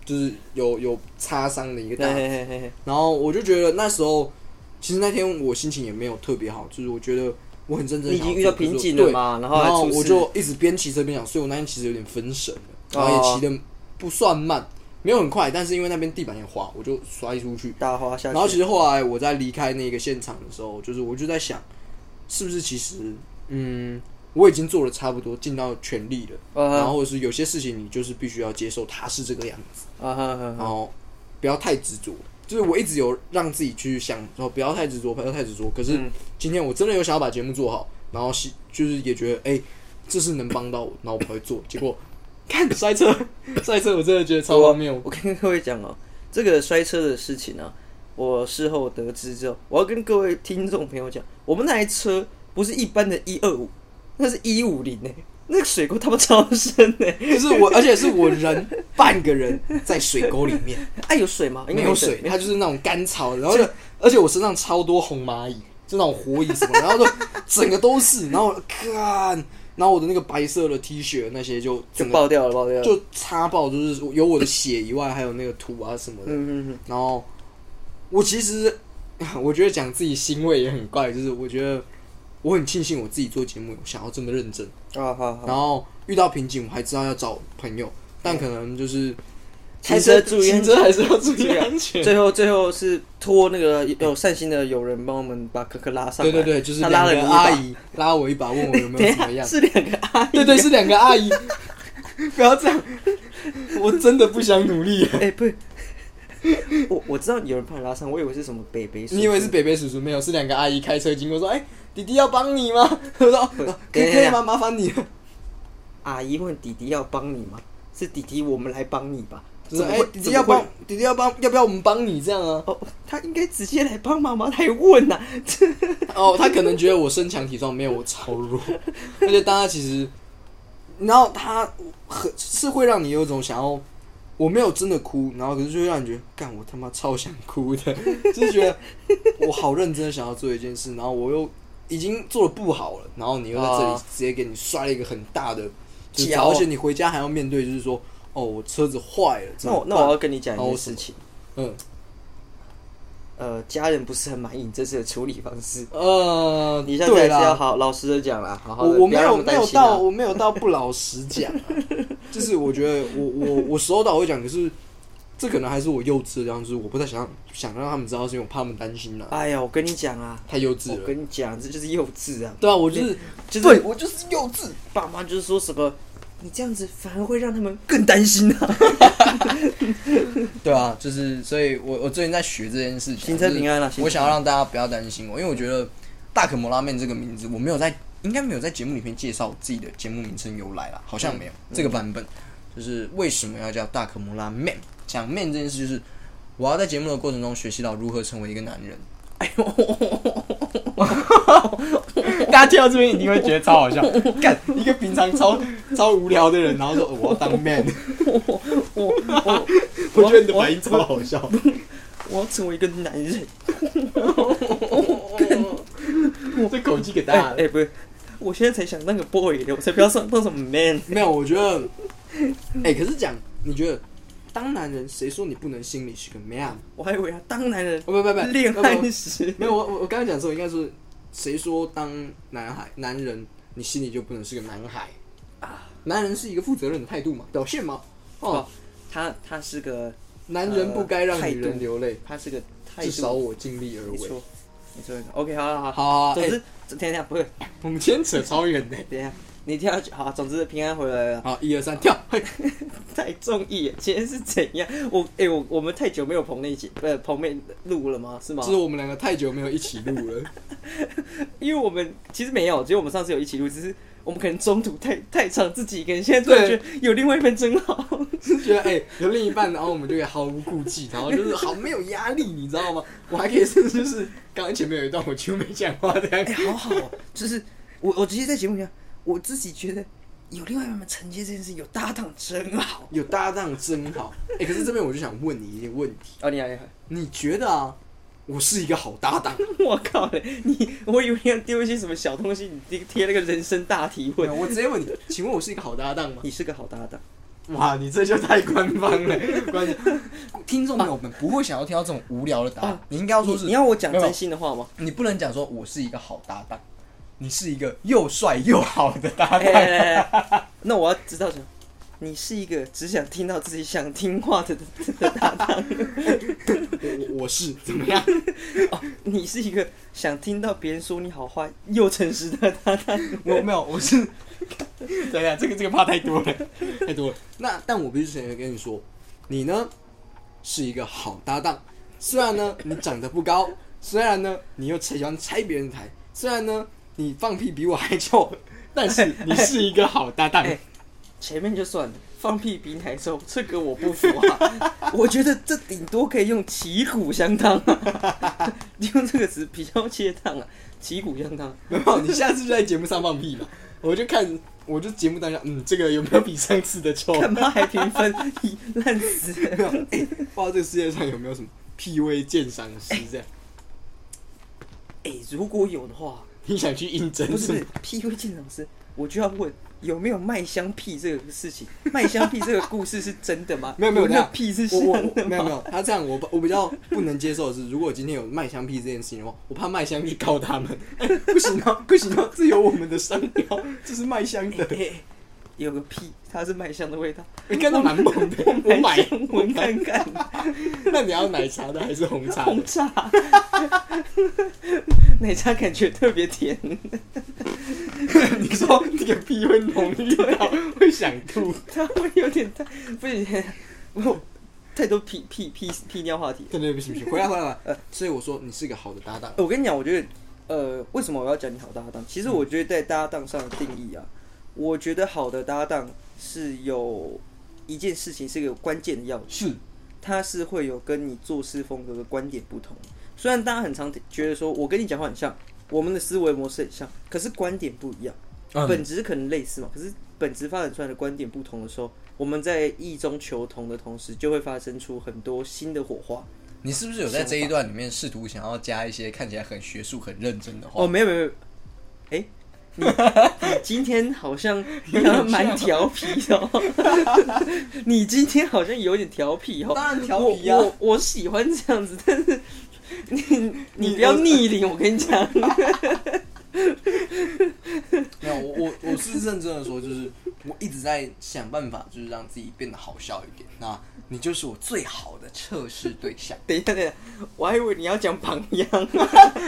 [SPEAKER 1] 就是有有擦伤的一个大
[SPEAKER 2] 嘿嘿嘿嘿嘿
[SPEAKER 1] 然后我就觉得那时候，其实那天我心情也没有特别好，就是我觉得我很认真
[SPEAKER 2] 你已
[SPEAKER 1] 想要做。
[SPEAKER 2] 经遇到瓶颈了嘛
[SPEAKER 1] 对
[SPEAKER 2] 然
[SPEAKER 1] 然
[SPEAKER 2] 后还出事
[SPEAKER 1] 我就一直边骑车边想，所以我那天其实有点分神了，然后
[SPEAKER 2] 哦
[SPEAKER 1] 也骑的不算慢，没有很快，但是因为那边地板也滑，我就摔出去。
[SPEAKER 2] 大花下
[SPEAKER 1] 然后其
[SPEAKER 2] 去，
[SPEAKER 1] 实后来我在离开那个现场的时候，就是我就在想，是不是其实，嗯，我已经做的差不多，尽到全力了。
[SPEAKER 2] 嗯哼
[SPEAKER 1] 然后或者是有些事情你就是必须要接受，它是这个样子。
[SPEAKER 2] 啊哈哈
[SPEAKER 1] 然
[SPEAKER 2] 哈，
[SPEAKER 1] 后不要太执着。就是我一直有让自己去想说不要太执着，不要太执着。可是今天我真的有想要把节目做好，然后希就是也觉得哎、这是能帮到我，然后我才会做。结果看摔 车，摔车我真的觉得超荒谬。
[SPEAKER 2] 我跟各位讲哦，这个摔车的事情啊，我事后得知之后，我要跟各位听众朋友讲，我们那台车不是一般的125，那是150呢，欸那个水沟他妈超深欸呢、
[SPEAKER 1] 就是我，而且是我人半个人在水沟里面，
[SPEAKER 2] 哎、有水吗？应该
[SPEAKER 1] 没有水，它
[SPEAKER 2] 它
[SPEAKER 1] 就是那种干草，然后就而且我身上超多红蚂蚁，就那种火蚁什 么的，然后就整个都是，然后看，然后我的那个白色的 T 恤那些就
[SPEAKER 2] 就
[SPEAKER 1] 整个
[SPEAKER 2] 爆掉了，爆掉了。
[SPEAKER 1] 就擦爆，就是有我的血以外，还有那个土啊什么的。
[SPEAKER 2] 嗯嗯
[SPEAKER 1] 然后我其实 我觉得讲自己欣慰也很怪，就是我觉得我很庆幸我自己做节目想要这么认真，
[SPEAKER 2] 嗯，啊好好，嗯
[SPEAKER 1] 然后遇到瓶颈我还知道要找朋友，但可能就是
[SPEAKER 2] 骑车注意
[SPEAKER 1] 行
[SPEAKER 2] 安
[SPEAKER 1] 车还是要注意
[SPEAKER 2] 对啊
[SPEAKER 1] 安全。
[SPEAKER 2] 最后最后是托那个有善心的友人帮我们把可可拉上
[SPEAKER 1] 对
[SPEAKER 2] 来，
[SPEAKER 1] 对对，就是
[SPEAKER 2] 他
[SPEAKER 1] 两
[SPEAKER 2] 拉了
[SPEAKER 1] 个
[SPEAKER 2] 你一
[SPEAKER 1] 阿
[SPEAKER 2] 把。
[SPEAKER 1] 姨拉我一把，问我有没
[SPEAKER 2] 等
[SPEAKER 1] 有
[SPEAKER 2] 一
[SPEAKER 1] 怎么
[SPEAKER 2] 下，
[SPEAKER 1] 样。
[SPEAKER 2] 是啊两个阿姨。
[SPEAKER 1] 对对，是两个阿姨。 不要这样，我真的不想努 力。
[SPEAKER 2] 哎、不是， 我我知道有人帮你拉上，我以为是什么北北。
[SPEAKER 1] 你以为是北北叔叔没有？是两个阿姨开车经过说：“哎、弟弟要帮你吗？” 我说：“哦可
[SPEAKER 2] 对
[SPEAKER 1] 以
[SPEAKER 2] 对
[SPEAKER 1] 可以
[SPEAKER 2] 对
[SPEAKER 1] 吗？麻烦你了。
[SPEAKER 2] 阿姨问弟弟要帮你吗？是弟弟，我们来帮你吧。”
[SPEAKER 1] 就是
[SPEAKER 2] 怎么
[SPEAKER 1] 哎
[SPEAKER 2] 会，
[SPEAKER 1] 弟弟要？帮
[SPEAKER 2] 怎么，
[SPEAKER 1] 弟弟要帮，要不要我们帮你这样啊？
[SPEAKER 2] 会哦，他应该直接来帮妈妈来问呐、这
[SPEAKER 1] 哦，他可能觉得我身强体壮，没有我超 弱。而且大家其实，然后他很是会让你有一种想要，我没有真的哭，然后可是就会让你觉得，干我他妈超想哭 的，就是觉得我好认真的想要做一件事，然后我又已经做的不好了，然后你又在这里
[SPEAKER 2] 哦
[SPEAKER 1] 直接给你摔了一个很大的就是
[SPEAKER 2] 脚
[SPEAKER 1] 而且你回家还要面对，就是说，哦，我车子坏了，怎
[SPEAKER 2] 那
[SPEAKER 1] 么
[SPEAKER 2] 我那
[SPEAKER 1] 办
[SPEAKER 2] 我要跟你讲一
[SPEAKER 1] 然后
[SPEAKER 2] 件
[SPEAKER 1] 我什
[SPEAKER 2] 事
[SPEAKER 1] 么
[SPEAKER 2] 情，
[SPEAKER 1] 嗯
[SPEAKER 2] 呃，家人不是很满意你这次的处理方式，
[SPEAKER 1] 呃，
[SPEAKER 2] 你下次还
[SPEAKER 1] 对
[SPEAKER 2] 是
[SPEAKER 1] 啦
[SPEAKER 2] 要好老实的讲啦，好好
[SPEAKER 1] 我
[SPEAKER 2] 的，
[SPEAKER 1] 我
[SPEAKER 2] 不
[SPEAKER 1] 没
[SPEAKER 2] 要让
[SPEAKER 1] 有
[SPEAKER 2] 们
[SPEAKER 1] 没
[SPEAKER 2] 担
[SPEAKER 1] 有
[SPEAKER 2] 心啊
[SPEAKER 1] 到我没有到不老实讲 啊、就是我觉得我我我时候到我会讲，可是这可能还是我幼稚的地方，就是我不太想想让他们知道，是因为我怕他们担心了、
[SPEAKER 2] 哎呀，我跟你讲啊，
[SPEAKER 1] 太幼稚
[SPEAKER 2] 我
[SPEAKER 1] 了。
[SPEAKER 2] 跟你讲，这就是幼稚啊，
[SPEAKER 1] 对啊，我就是
[SPEAKER 2] 就是
[SPEAKER 1] 对我就是幼稚，
[SPEAKER 2] 爸妈就是说什么，你这样子反而会让他们更担心啊。
[SPEAKER 1] 对啊，就是所以我我最近在学这件事情啊，
[SPEAKER 2] 行车
[SPEAKER 1] 就是
[SPEAKER 2] 平安啦行车
[SPEAKER 1] 我想要让大家不要担心我，因为我觉得大可摩拉面这个名字我没有在应该没有在节目里面介绍自己的节目名称由来啦，好像没有、这个版本，就是为什么要叫大可摩拉面？讲面这件事就是我要在节目的过程中学习到如何成为一个男人。
[SPEAKER 2] 哎呦，
[SPEAKER 1] 大家听到这边一定会觉得超好笑，干一个平常超超无聊的人，然后说、哦我要当 man，
[SPEAKER 2] 我我
[SPEAKER 1] 我觉得你的反应超好笑。
[SPEAKER 2] 我要成为一个男人。
[SPEAKER 1] 这口气给大
[SPEAKER 2] 哎
[SPEAKER 1] 家。
[SPEAKER 2] 哎、不是，我现在才想当个 boy 的，我才不要上当什么 man。
[SPEAKER 1] 没有，我觉得， 哎、可是讲，你觉得当男人，谁说你不能心里是个 man？哦
[SPEAKER 2] 我还以为啊，当男人
[SPEAKER 1] 不不不不，
[SPEAKER 2] 恋
[SPEAKER 1] 不不
[SPEAKER 2] 爱时，
[SPEAKER 1] 没有，我我我刚才讲的时候，应该是谁说当男孩男人，你心里就不能是个男孩啊？男人是一个负责任的态度嘛，表现嘛。哦
[SPEAKER 2] 哦，他他是个
[SPEAKER 1] 男人不该让
[SPEAKER 2] 呃态
[SPEAKER 1] 女人
[SPEAKER 2] 度
[SPEAKER 1] 流泪，
[SPEAKER 2] 他是个态
[SPEAKER 1] 至少
[SPEAKER 2] 度，
[SPEAKER 1] 我尽力而
[SPEAKER 2] 没
[SPEAKER 1] 为。
[SPEAKER 2] 错没错没错。OK，好好好，
[SPEAKER 1] 好啊、
[SPEAKER 2] 总
[SPEAKER 1] 哎
[SPEAKER 2] 之，这等一下不是，
[SPEAKER 1] 我们今天扯超远的。
[SPEAKER 2] 等一下你跳下去好，总之平安回来了。
[SPEAKER 1] 好，一二三，跳！嘿，
[SPEAKER 2] 太中意了，今天是怎样？我哎、我我们太久没有棚内节呃棚内录了吗？是吗？
[SPEAKER 1] 就是我们两个太久没有一起录了。
[SPEAKER 2] 因为我们其实没有，只有我们上次有一起录，只是我们可能中途太太长自己一个人，现在突然
[SPEAKER 1] 对
[SPEAKER 2] 觉得有另外一份真好。
[SPEAKER 1] 是 觉得哎、有另一半，然后我们就可以毫无顾忌，然后就是好没有压力，你知道吗？ 我还可以甚至就是刚刚前面有一段我几乎没讲话的样
[SPEAKER 2] 哎、好好、哦，就是我我直接在节目里，我自己觉得有另外一半承接这件事，有搭档真好。
[SPEAKER 1] 有搭档真好。 哎、可是这边我就想问你一个问题，
[SPEAKER 2] 哦，你好，你好。
[SPEAKER 1] 你觉得啊，我是一个好搭档？
[SPEAKER 2] 我靠嘞！你我以为你要丢一些什么小东西，你贴贴了个人生大提
[SPEAKER 1] 没
[SPEAKER 2] 问
[SPEAKER 1] 有。我直接问你，请问我是一个好搭档吗？
[SPEAKER 2] 你是个好搭档，
[SPEAKER 1] 哇，你这就太官方了， 官听众朋友们不会想要听到这种无聊的答案
[SPEAKER 2] 啊，
[SPEAKER 1] 你应该要
[SPEAKER 2] 你
[SPEAKER 1] 说是
[SPEAKER 2] 你要我讲
[SPEAKER 1] 没有
[SPEAKER 2] 真心的话吗？
[SPEAKER 1] 你不能讲说我是一个好搭档，你是一个又帅又好的搭
[SPEAKER 2] 哎
[SPEAKER 1] 档。
[SPEAKER 2] 哎哎哎那我要知道什么？你是一个只想听到自己想听话的的搭档，
[SPEAKER 1] 我 我我是怎么样？
[SPEAKER 2] 你是一个想听到别人说你好话又诚实的搭档。
[SPEAKER 1] 我没有，我是，对啊呀，这个这个怕太多了，太多了。那但我必须承认跟你说，你呢是一个好搭档。虽然呢你长得不高，虽然呢你又喜欢拆别人台，虽然呢你放屁比我还臭，但是你是一个好搭档。
[SPEAKER 2] 哎前面就算了，放屁比奶臭，这个我不服啊！ 我觉得这顶多可以用旗鼓相当、 啊，用这个词比较切当啊，旗鼓相当。
[SPEAKER 1] 没有，你下次就在节目上放屁嘛，我就看，我就节目当下，嗯，这个有没有比上次的臭？
[SPEAKER 2] 干嘛还评分？你烂死了！
[SPEAKER 1] 没有， 哎、不知道这个世界上有没有什么屁味鉴赏师这样？
[SPEAKER 2] 哎、如果有的话，
[SPEAKER 1] 你想去应征
[SPEAKER 2] 不
[SPEAKER 1] 是吗
[SPEAKER 2] 是 PU 鉴赏师，我就要问有没有卖香屁这个事情？卖香屁这个故事是真的吗
[SPEAKER 1] ？没有没有，
[SPEAKER 2] 那
[SPEAKER 1] 等一下
[SPEAKER 2] 屁是
[SPEAKER 1] 我我
[SPEAKER 2] 香
[SPEAKER 1] 我
[SPEAKER 2] 的
[SPEAKER 1] 没有没
[SPEAKER 2] 吗？
[SPEAKER 1] 有，他这样我我比较不能接受的是，如果今天有卖香屁这件事情的话，我怕卖香去 告他们，哎不行啊不行啊，这有我们的商标，这是卖香的哎
[SPEAKER 2] 哎、。哎也有个屁，它是麦香的味道。
[SPEAKER 3] 你看到蛮猛的，我 买
[SPEAKER 2] 麦。香闻看看，
[SPEAKER 3] 那你要奶茶的还是红茶的？
[SPEAKER 2] 红茶， 奶茶感觉特别甜。
[SPEAKER 3] 你说那个屁会浓郁到会想吐，
[SPEAKER 2] 它会有点太不行，我太多屁屁屁屁尿话题。
[SPEAKER 3] 对对不行不行，回来回来回来。呃，所以我说你是个好的搭档，
[SPEAKER 2] 我跟你讲，我觉得，呃，为什么我要讲你好搭档？其实我觉得在搭档上的定义啊，我觉得好的搭档是有一件事情是有关键的要点，
[SPEAKER 3] 是
[SPEAKER 2] 它是会有跟你做事风格的观点不同。虽然大家很常觉得说我跟你讲话很像，我们的思维模式很像，可是观点不一样，
[SPEAKER 1] 哦
[SPEAKER 3] 嗯
[SPEAKER 2] 本质可能类似嘛，可是本质发展出来的观点不同的时候，我们在异中求同的同时，就会发生出很多新的火花。
[SPEAKER 1] 你是不是有在这一段里面试图想要加一些看起来很学术、很认真的话？
[SPEAKER 2] 哦，没有没有，没有，哎、你你今天好像要蛮调皮的、 哦，你今天好像有点调皮哦。
[SPEAKER 3] 当然调皮啊
[SPEAKER 2] 我我我喜欢这样子，但是你你不要逆龄，我跟你讲，
[SPEAKER 1] 没有，我我我是认真的说，就是我一直在想办法，就是让自己变得好笑一点。那你就是我最好的测试对象，
[SPEAKER 2] 等一下等一下，我还以为你要讲榜样。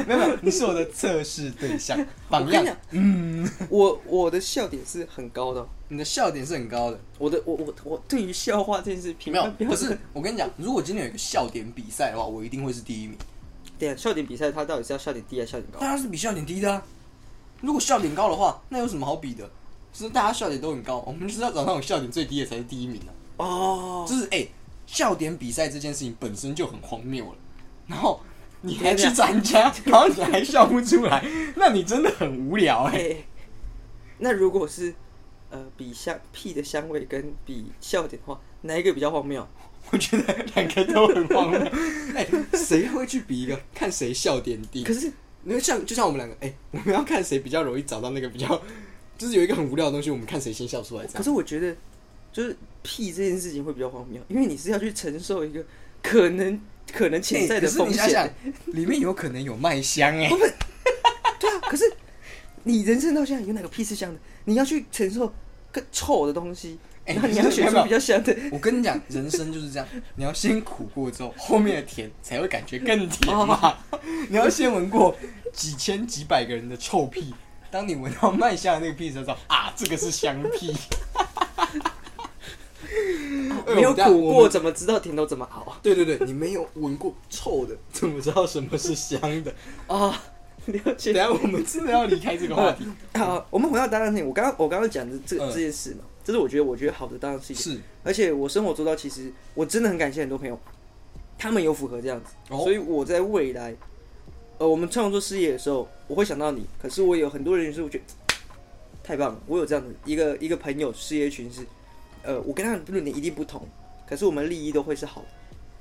[SPEAKER 1] 没有没有，你是我的测试对象，榜
[SPEAKER 2] 我跟
[SPEAKER 1] 样
[SPEAKER 2] 你。讲，嗯， 我我的笑点是很高的哦、
[SPEAKER 1] 你的笑点是很高的，
[SPEAKER 2] 我的我我我对于笑话这件事评
[SPEAKER 1] 没有
[SPEAKER 2] 判标，
[SPEAKER 1] 不
[SPEAKER 2] 准，
[SPEAKER 1] 是我跟你讲，如果今天有一个笑点比赛的话，我一定会是第一名，
[SPEAKER 2] 等一下 笑点比赛，它到底是要笑点低还是笑点高？
[SPEAKER 1] 当然是比笑点低的啊。如果笑点高的话，那有什么好比的？就是大家笑点都很高，我们就是要找那种笑点最低的才是第一名啊。
[SPEAKER 2] 哦，
[SPEAKER 1] 就是哎、笑点比赛这件事情本身就很荒谬了，然后你还
[SPEAKER 2] 还
[SPEAKER 1] 去
[SPEAKER 2] 去
[SPEAKER 1] 参加，然后你还笑不出来，那你真的很无聊哎、
[SPEAKER 2] 哎，那如果是呃比香屁的香味跟比笑点的话，哪一个比较荒谬？
[SPEAKER 1] 我觉得两个都很荒谬。哎、谁会去比一个看谁笑点低？
[SPEAKER 2] 可是
[SPEAKER 1] 因为像就像我们两个，哎、我们要看谁比较容易找到那个比较，就是有一个很无聊的东西，我们看谁先笑出来这
[SPEAKER 2] 可
[SPEAKER 1] 样。
[SPEAKER 2] 是我觉得就是屁这件事情会比较荒谬，因为你是要去承受一个可能可能潜在
[SPEAKER 1] 哎
[SPEAKER 2] 的
[SPEAKER 1] 可是
[SPEAKER 2] 风
[SPEAKER 1] 你
[SPEAKER 2] 险。
[SPEAKER 1] 想想，里面有可能有麦香哎、
[SPEAKER 2] 对啊，可是你人生到现在有哪个屁是香的？你要去承受更臭的东西，
[SPEAKER 1] 哎
[SPEAKER 2] 然后你
[SPEAKER 1] 可
[SPEAKER 2] 要
[SPEAKER 1] 是你
[SPEAKER 2] 选
[SPEAKER 1] 要不
[SPEAKER 2] 出
[SPEAKER 1] 要
[SPEAKER 2] 比较香的。
[SPEAKER 1] 我跟你讲，人生就是这样， 你要先苦过之后，后面的甜才会感觉更甜嘛。 你要先闻过几千几百个人的臭屁，当你闻到麦香的那个屁的时候，知道啊，这个是香屁。哎
[SPEAKER 2] 没有
[SPEAKER 1] 我们等下
[SPEAKER 2] 苦
[SPEAKER 1] 我
[SPEAKER 2] 过
[SPEAKER 1] 们
[SPEAKER 2] 怎么知道甜头怎么好啊？
[SPEAKER 1] 对对对，你没有闻过臭的，怎么知道什么是香的？
[SPEAKER 2] 啊，了解
[SPEAKER 1] 等一。下我们真的要离开这个话 题。
[SPEAKER 2] 好，我们回到搭档事情。我刚刚我刚刚讲的这个
[SPEAKER 1] 嗯
[SPEAKER 2] 这件事嘛，这是我觉得我觉得好的搭档事情。
[SPEAKER 1] 是，
[SPEAKER 2] 而且我生活做到，其实我真的很感谢很多朋友，他们有符合这样子，
[SPEAKER 1] 哦
[SPEAKER 2] 所以我在未来，呃，我们创作事业的时候，我会想到你。可是我有很多人是我觉得太棒了，我有这样的一个一个朋友事业群是，呃，我跟他的论点一定不同，可是我们利益都会是好的。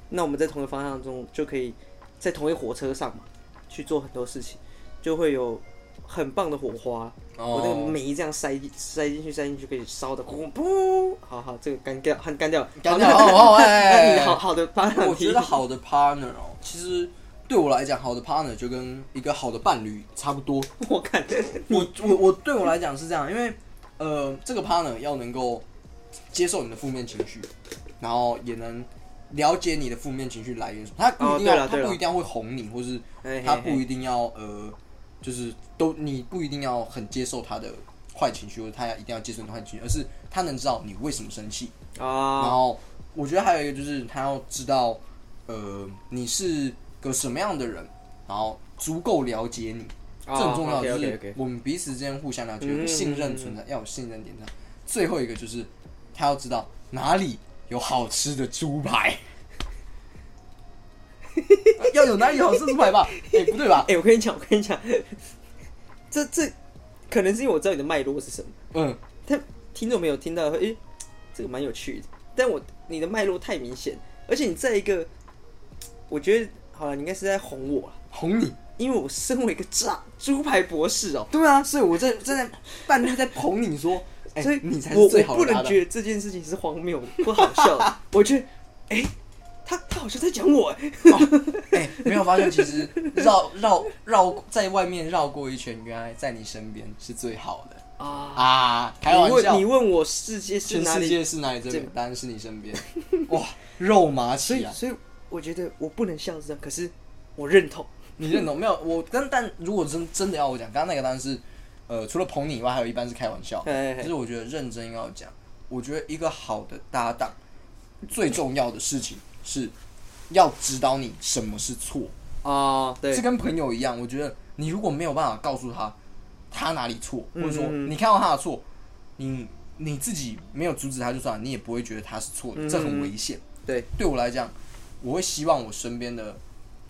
[SPEAKER 2] 那我们在同一个方向中就可以在同一火车上嘛，去做很多事情，就会有很棒的火花。我那个煤这样塞进塞进去塞进去可以烧的轰砰，好好这个干掉，很干掉，
[SPEAKER 1] 干掉哦哦哎
[SPEAKER 2] 那你好好的发展，
[SPEAKER 1] 我觉得好的 partner 哦，其实对我来讲，好的 partner 就跟一个好的伴侣差不多。
[SPEAKER 2] 我看
[SPEAKER 1] 我我我对我来讲是这样，因为呃，这个 partner 要能够接受你的负面情绪，然后也能了解你的负面情绪来源什么。他不一定
[SPEAKER 2] 哦对
[SPEAKER 1] 要，
[SPEAKER 2] 了
[SPEAKER 1] 他
[SPEAKER 2] 对了
[SPEAKER 1] 不一定要会哄你，或是
[SPEAKER 2] 哎嘿
[SPEAKER 1] 他不一定要呃，就是都你不一定要很接受他的坏情绪，或者他一定要接受你的坏情绪，而是他能知道你为什么生气，然
[SPEAKER 2] 啊，
[SPEAKER 1] 后我觉得还有一个就是他要知道，呃，你是个什么样的人，然后足够了解你。这
[SPEAKER 2] 啊
[SPEAKER 1] 很重要，就
[SPEAKER 2] OK，OK，OK
[SPEAKER 1] 是我们彼此之间互相了解，
[SPEAKER 2] 嗯
[SPEAKER 1] 有个信任存在，要有信任点在。最后一个就是他要知道哪里有好吃的猪排， 要有哪里有好吃的猪排吧？哎，不对吧？
[SPEAKER 2] 哎，我跟你讲，我跟你讲，这这可能是因为我知道你的脉络是什么，
[SPEAKER 1] 嗯，
[SPEAKER 2] 但听众没有听到，哎，这个蛮有趣的，但我你的脉络太明显，而且你在一个，我觉得好了，你应该是在哄我了，
[SPEAKER 1] 哄你。
[SPEAKER 2] 因为我身为一个炸猪排博士哦。
[SPEAKER 1] 对啊，所以我在正在半路在捧你说，哎
[SPEAKER 2] 所以，
[SPEAKER 1] 你才
[SPEAKER 2] 我
[SPEAKER 1] 是最好
[SPEAKER 2] 我
[SPEAKER 1] 的
[SPEAKER 2] 不
[SPEAKER 1] 搭
[SPEAKER 2] 能
[SPEAKER 1] 档
[SPEAKER 2] 觉得这件事情是荒谬的不好笑的，我觉得，哎、他他好像在讲我、哎
[SPEAKER 1] 哎、没有发现，其实绕绕绕在外面绕过一圈，原来在你身边是最好的。
[SPEAKER 2] 啊！
[SPEAKER 1] 啊，开
[SPEAKER 2] 你
[SPEAKER 1] 玩
[SPEAKER 2] 问
[SPEAKER 1] 笑
[SPEAKER 2] 你，问我世界是
[SPEAKER 1] 全
[SPEAKER 2] 哪
[SPEAKER 1] 世
[SPEAKER 2] 里？
[SPEAKER 1] 界是哪里最
[SPEAKER 2] 这
[SPEAKER 1] 美？当然是你身边。哇，肉麻啊
[SPEAKER 2] 所
[SPEAKER 1] 起
[SPEAKER 2] 以
[SPEAKER 1] 来，
[SPEAKER 2] 所以我觉得我不能笑是这样，可是我认同。
[SPEAKER 1] 你认同没有？我但但如果真真的要我讲，刚刚那个当然是，呃，除了捧你以外，还有一半是开玩笑。
[SPEAKER 2] 嘿嘿嘿
[SPEAKER 1] 但是我觉得认真要讲，我觉得一个好的搭档，最重要的事情是要指导你什么是错。
[SPEAKER 2] 啊，对
[SPEAKER 1] 这，跟朋友一样，我觉得你如果没有办法告诉他他哪里错，或
[SPEAKER 2] 嗯
[SPEAKER 1] 者说
[SPEAKER 2] 嗯嗯
[SPEAKER 1] 你看到他的错，你你自己没有阻止他就算了，你也不会觉得他是错的，
[SPEAKER 2] 嗯
[SPEAKER 1] 这很危险。
[SPEAKER 2] 对，
[SPEAKER 1] 对我来讲，我会希望我身边的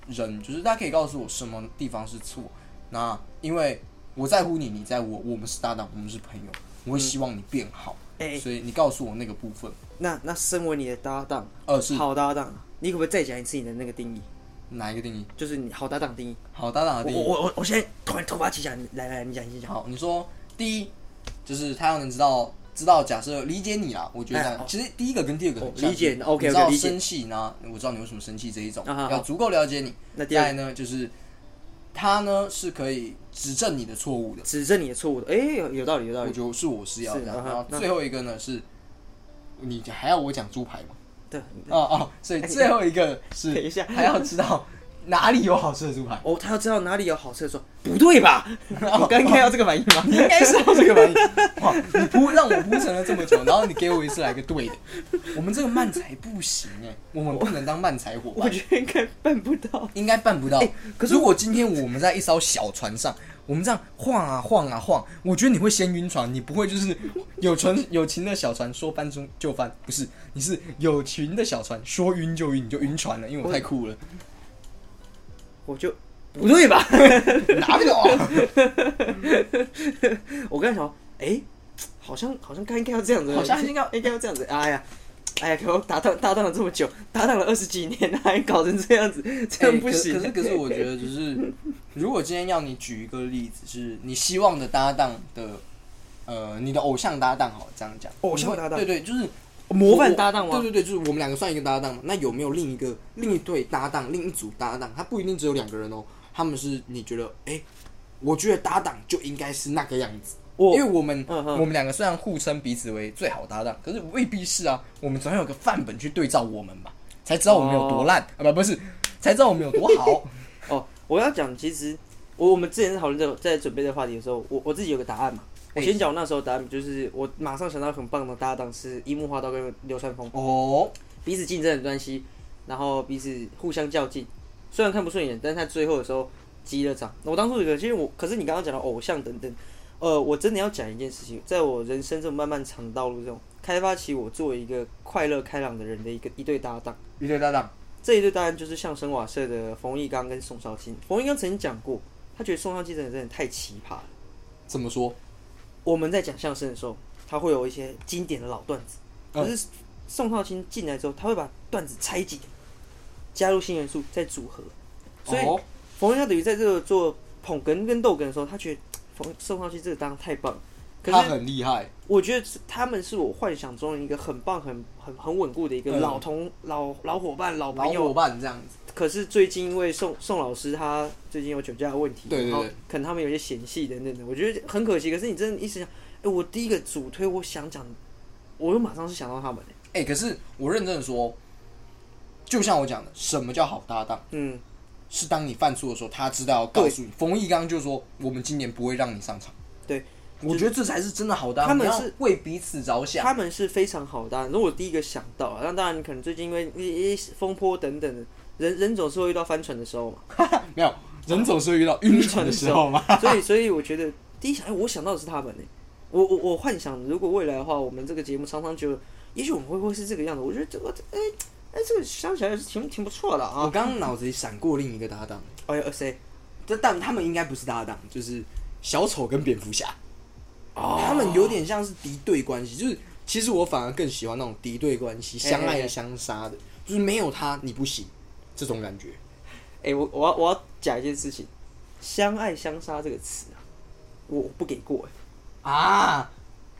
[SPEAKER 1] 人，就是他可以告诉我什么地方是错。那因为我在乎你，你在乎我，我们是搭档，我们是朋友，我会希望你变好。
[SPEAKER 2] 嗯哎
[SPEAKER 1] 所以你告诉我那个部分，
[SPEAKER 2] 那那身为你的搭档，
[SPEAKER 1] 呃，是
[SPEAKER 2] 好搭档，你可不可以再讲一次你的那个定义？
[SPEAKER 1] 哪一个定义？
[SPEAKER 2] 就是你好搭档定义。
[SPEAKER 1] 好搭档的
[SPEAKER 2] 我
[SPEAKER 1] 定义。
[SPEAKER 2] 我我我现在突然突发奇想，你来来，你讲，你先讲。
[SPEAKER 1] 好，你说第一就是他要能知道知道，假设理解你啦，我觉得这样
[SPEAKER 2] 哎哦
[SPEAKER 1] 其实第一个跟第二个很
[SPEAKER 2] 哦
[SPEAKER 1] 像
[SPEAKER 2] 理解
[SPEAKER 1] 就是
[SPEAKER 2] OK，OK，
[SPEAKER 1] 你知道
[SPEAKER 2] 理解
[SPEAKER 1] 生气呢，我知道你为什么生气这一种，
[SPEAKER 2] 啊好好
[SPEAKER 1] 要足够了解你。
[SPEAKER 2] 那第二
[SPEAKER 1] 再来呢，就是他呢是可以指正你的错误的，
[SPEAKER 2] 指正你的错误的，哎、有有道理，有道
[SPEAKER 1] 我
[SPEAKER 2] 理。
[SPEAKER 1] 觉得是我是要
[SPEAKER 2] 是
[SPEAKER 1] 这样。
[SPEAKER 2] 啊哈
[SPEAKER 1] 然后
[SPEAKER 2] 那
[SPEAKER 1] 最后一个呢是，你还要我讲猪排吗？
[SPEAKER 2] 对，
[SPEAKER 1] 哦哦，所以最后一个是
[SPEAKER 2] 哎 等一下
[SPEAKER 1] 还要知道哪里有好吃的猪排。
[SPEAKER 2] 哦，他要知道哪里有好吃的时候，不 对吧？我刚应该要这个反应吗？
[SPEAKER 1] 应该是要这个玩意。哇，你铺让我铺陈了这么久，然后你给我一次来个对的，我们这个慢才不行哎、我们不能当慢才伙
[SPEAKER 2] 我
[SPEAKER 1] 伴，
[SPEAKER 2] 觉得应该办不 到。
[SPEAKER 1] 应该办不到。
[SPEAKER 2] 可是
[SPEAKER 1] 如果今天我们在一艘小船上，我们这样晃啊晃啊晃，我觉得你会先晕船，你不会就是有船有情的小船说翻中就翻，不是，你是有情的小船说晕就晕，你就晕船了，因为我太酷 了，
[SPEAKER 2] 我就不对吧？
[SPEAKER 1] 拿不了啊。
[SPEAKER 2] 我刚才想，哎、好像好像该应该要这样子，
[SPEAKER 1] 好像应
[SPEAKER 2] 该应该要这样子。 哎呀，哎呀，给我搭档搭档了这么久，搭档了二十几年，还搞成这样子， 这样
[SPEAKER 1] 欸
[SPEAKER 2] 不
[SPEAKER 1] 可
[SPEAKER 2] 行。
[SPEAKER 1] 可是可是，我觉得就是，如果今天要你举一个例子，是你希望的搭档的，呃，你的偶像搭档，好这样讲，
[SPEAKER 2] 偶像搭档哦
[SPEAKER 1] 你会对对，就是
[SPEAKER 2] 模范搭档吗
[SPEAKER 1] 我对对对，就是我们两个算一个搭档嘛。那有没有另一个另一对搭档，另一组搭档？他不一定只有两个人哦，他们是你觉得，哎、我觉得搭档就应该是那个样子。
[SPEAKER 2] 我
[SPEAKER 1] 因为我们、
[SPEAKER 2] 嗯嗯
[SPEAKER 1] 我们两个虽然互称彼此为最好搭档，可是未必是啊。我们总要有个范本去对照我们吧，才知道我们有多烂、啊，不不是，才知道我们有多好。
[SPEAKER 2] 哦，我要讲，其实我我们之前讨论这个在准备这个话题的时候，我我自己有个答案嘛。我
[SPEAKER 1] 哎
[SPEAKER 2] 先讲我那时候的答案，就是我马上想到很棒的搭档是樱木花道跟流川枫，
[SPEAKER 1] 哦，
[SPEAKER 2] 彼此竞争的关系，然后彼此互相较劲。虽然看不顺眼，但是他最后的时候击了掌。我当初有个，其实我，可是你刚刚讲的偶像等等，呃，我真的要讲一件事情，在我人生这种漫漫长道路中，开发起我作为一个快乐开朗的人的一个一对搭档。
[SPEAKER 1] 一对搭档，
[SPEAKER 2] 这一对当然就是相声瓦舍的冯一刚跟宋少卿。冯一刚曾经讲过，他觉得宋少卿这个人真的太奇葩了。
[SPEAKER 1] 怎么说？
[SPEAKER 2] 我们在讲相声的时候，他会有一些经典的老段子，
[SPEAKER 1] 嗯
[SPEAKER 2] 可是宋少卿进来之后，他会把段子拆解，加入新元素再组合。所以
[SPEAKER 1] 哦
[SPEAKER 2] 冯一刚等于在这个做捧哏跟逗哏的时候，他觉得冯宋少卿这个搭档太棒了。可
[SPEAKER 1] 他
[SPEAKER 2] 是
[SPEAKER 1] 很厉害，
[SPEAKER 2] 我觉得他们是我幻想中的一个很棒、很很很稳固的一个
[SPEAKER 1] 嗯
[SPEAKER 2] 老同、老老伙伴、老
[SPEAKER 1] 老
[SPEAKER 2] 朋友
[SPEAKER 1] 伙伴这样子，
[SPEAKER 2] 可是最近因为宋宋老师他最近有酒驾的问题，
[SPEAKER 1] 对对
[SPEAKER 2] 然后
[SPEAKER 1] 对
[SPEAKER 2] 可能他们有些嫌隙等等的，我觉得很可惜。可是你真的一时想，哎、我第一个主推我想讲，我又马上是想到他们、
[SPEAKER 1] 哎、可是我认真的说，就像我讲的，什么叫好搭档？
[SPEAKER 2] 嗯，
[SPEAKER 1] 是当你犯错的时候，他知道要告诉你。冯一刚就说：“我们今年不会让你上场。
[SPEAKER 2] 对，”
[SPEAKER 1] 我觉得这才是真的好搭档，
[SPEAKER 2] 他们
[SPEAKER 1] 你要
[SPEAKER 2] 是
[SPEAKER 1] 为彼此着想。
[SPEAKER 2] 他们是非常好的、啊。如果我第一个想到啊，那当然你可能最近因为一一风波等等的，人人总是会遇到翻船的时候嘛，
[SPEAKER 1] 没有人总是会遇到 晕船的时候嘛。
[SPEAKER 2] 所以所以我觉得第一想，哎、我想到的是他们呢、我我我幻想，如果未来的话，我们这个节目常常就，也许我们会会是这个样子。我觉得这个，哎、哎、这个想起来是挺挺不错的啊
[SPEAKER 4] 我。刚刚脑子里闪过另一个搭档，
[SPEAKER 2] 哎呦，谁？
[SPEAKER 4] 这但他们应该不是搭档，就是小丑跟蝙蝠侠，
[SPEAKER 2] 哦
[SPEAKER 4] 他们有点像是敌对关系。就是其实我反而更喜欢那种敌对关系，
[SPEAKER 2] 嘿嘿
[SPEAKER 4] 相爱
[SPEAKER 2] 嘿
[SPEAKER 4] 相杀的，就是没有他你不行这种感觉。
[SPEAKER 2] 哎、我我要我要讲一件事情，“相爱相杀”这个词啊，我我不给过、哎
[SPEAKER 1] 啊，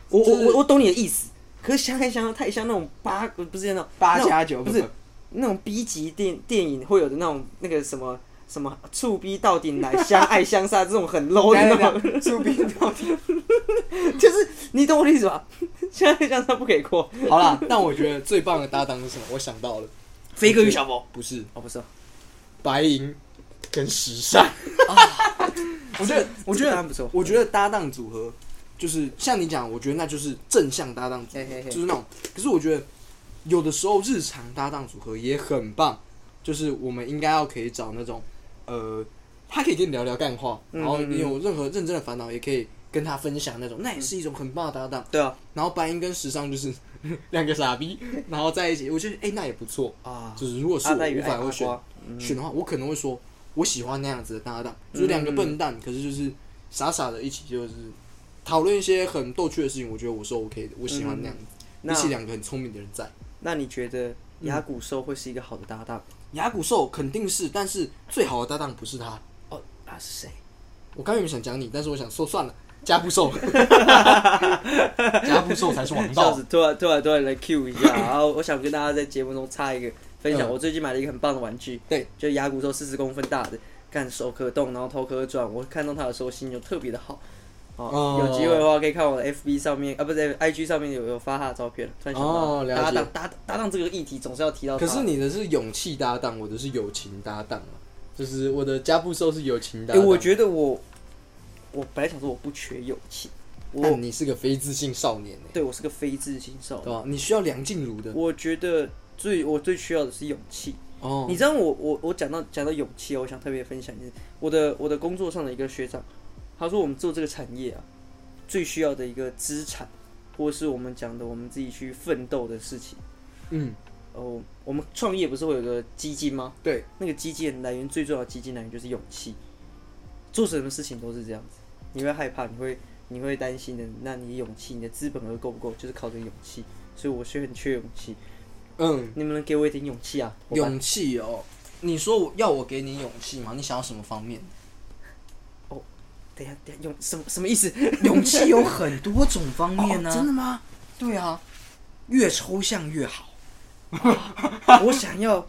[SPEAKER 2] 我我
[SPEAKER 1] 就是
[SPEAKER 2] 我我懂你的意思，可是“相爱相杀”太像那种八不是那种
[SPEAKER 4] 八
[SPEAKER 2] 那种
[SPEAKER 4] 加九
[SPEAKER 2] 不
[SPEAKER 4] 不
[SPEAKER 2] 是
[SPEAKER 4] 不
[SPEAKER 2] 那种 B 级电电影会有的那种那个什么。什么醋逼到顶来，相爱相杀这种 很 low 的
[SPEAKER 5] 来
[SPEAKER 2] 那
[SPEAKER 5] 来
[SPEAKER 2] 种，
[SPEAKER 5] 来，出兵到底？
[SPEAKER 2] 就是你懂我的意思吧？相爱相杀不给过，
[SPEAKER 5] 好啦，但我觉得最棒的搭档是什么？我想到了，
[SPEAKER 2] 飞哥与小佛。
[SPEAKER 5] 不是
[SPEAKER 2] 哦，不是哦，
[SPEAKER 5] 白银跟时尚。我觉得，我觉
[SPEAKER 2] 啊这个答案
[SPEAKER 5] 得
[SPEAKER 2] 不错
[SPEAKER 1] 我觉得搭档组合就是像你讲，我觉得那就是正向搭档组
[SPEAKER 2] 嘿嘿
[SPEAKER 1] 合，
[SPEAKER 2] 嘿
[SPEAKER 1] 就是那种。可是我觉得有的时候日常搭档组合也很棒，就是我们应该要可以找那种呃，他可以跟你聊聊干话，
[SPEAKER 2] 嗯
[SPEAKER 1] 然后
[SPEAKER 2] 嗯
[SPEAKER 1] 你有任何认真的烦恼也可以跟他分享那种，那也是一种很棒的搭档。
[SPEAKER 2] 对啊，
[SPEAKER 1] 然后白银跟时尚就是 两个傻逼，然后在一起，我觉得哎、那也不错。
[SPEAKER 2] 啊，
[SPEAKER 1] 就是如果是我，
[SPEAKER 2] 阿呆与
[SPEAKER 1] 我反
[SPEAKER 2] 爱
[SPEAKER 1] 而
[SPEAKER 2] 嗯
[SPEAKER 1] 会
[SPEAKER 2] 瓜
[SPEAKER 1] 选
[SPEAKER 2] 瓜，
[SPEAKER 1] 选的话，我可能会说我喜欢那样子的搭档，就是两个笨蛋，可是就是傻傻的一起就是讨论一些很逗趣的事情，我觉得我是 OK 的，我喜欢那样子，
[SPEAKER 2] 嗯那
[SPEAKER 1] 一起两个很聪明的人在。
[SPEAKER 2] 那你觉得牙骨兽会是一个好的搭档？
[SPEAKER 1] 牙骨兽肯定是，但是最好的搭档不是他。
[SPEAKER 2] 哦，他是谁？
[SPEAKER 1] 我刚原本想讲你，但是我想说算了，加布 兽，加布兽才是王
[SPEAKER 2] 这样
[SPEAKER 1] 道
[SPEAKER 2] 子。突然突然突然来 Q 一 下，然后我想跟大家在节目中插一个分享，
[SPEAKER 1] 嗯
[SPEAKER 2] 我最近买了一个很棒的玩具，
[SPEAKER 1] 对，
[SPEAKER 2] 就是牙骨兽四十公分大的，干手可动，然后头可转，我看到它的时候心情就特别的好。哦
[SPEAKER 1] 哦，
[SPEAKER 2] 有机会的话可以看我的 FB 上面啊，不是 IG 上面有有发他的照片，突然想到
[SPEAKER 1] 哦了
[SPEAKER 2] 搭
[SPEAKER 1] 解
[SPEAKER 2] 档搭搭档这个议题总是要提到他。
[SPEAKER 1] 可是你的是勇气搭档，我的是友情搭档啊，就是我的加布兽是友情搭
[SPEAKER 2] 诶，
[SPEAKER 1] 档。
[SPEAKER 2] 我觉得我我本来想说我不缺友情，我
[SPEAKER 1] 但你是个非自信少年欸
[SPEAKER 2] 对我是个非自信少
[SPEAKER 1] 对
[SPEAKER 2] 女，
[SPEAKER 1] 吧？你需要梁静茹的
[SPEAKER 2] 我觉得最我最需要的是勇气。
[SPEAKER 1] 哦
[SPEAKER 2] 你知道我我我讲到讲到勇气哦，我想特别分享一件事，我的我的工作上的一个学长，他说我们做这个产业啊，最需要的一个资产，或是我们讲的我们自己去奋斗的事情。
[SPEAKER 1] 嗯，
[SPEAKER 2] 哦，我们创业不是会有个基金吗？
[SPEAKER 1] 对，
[SPEAKER 2] 那个基金的来源最重要的基金来源就是勇气。做什么事情都是这样子，你会害怕，你会你会担心的。那你的勇气，你的资本额够不够，就是靠这个勇气。所以我是很缺勇气，
[SPEAKER 1] 嗯，
[SPEAKER 2] 你们能给我一点勇气啊？伙伴
[SPEAKER 1] 勇气哦。你说我要我给你勇气吗？你想要什么方面？
[SPEAKER 2] 等一下等一下，勇什么什么意 思？
[SPEAKER 1] 勇气有很多种方面呢、
[SPEAKER 2] 哦真
[SPEAKER 1] 的吗？对啊，越抽象越好。
[SPEAKER 2] 我想要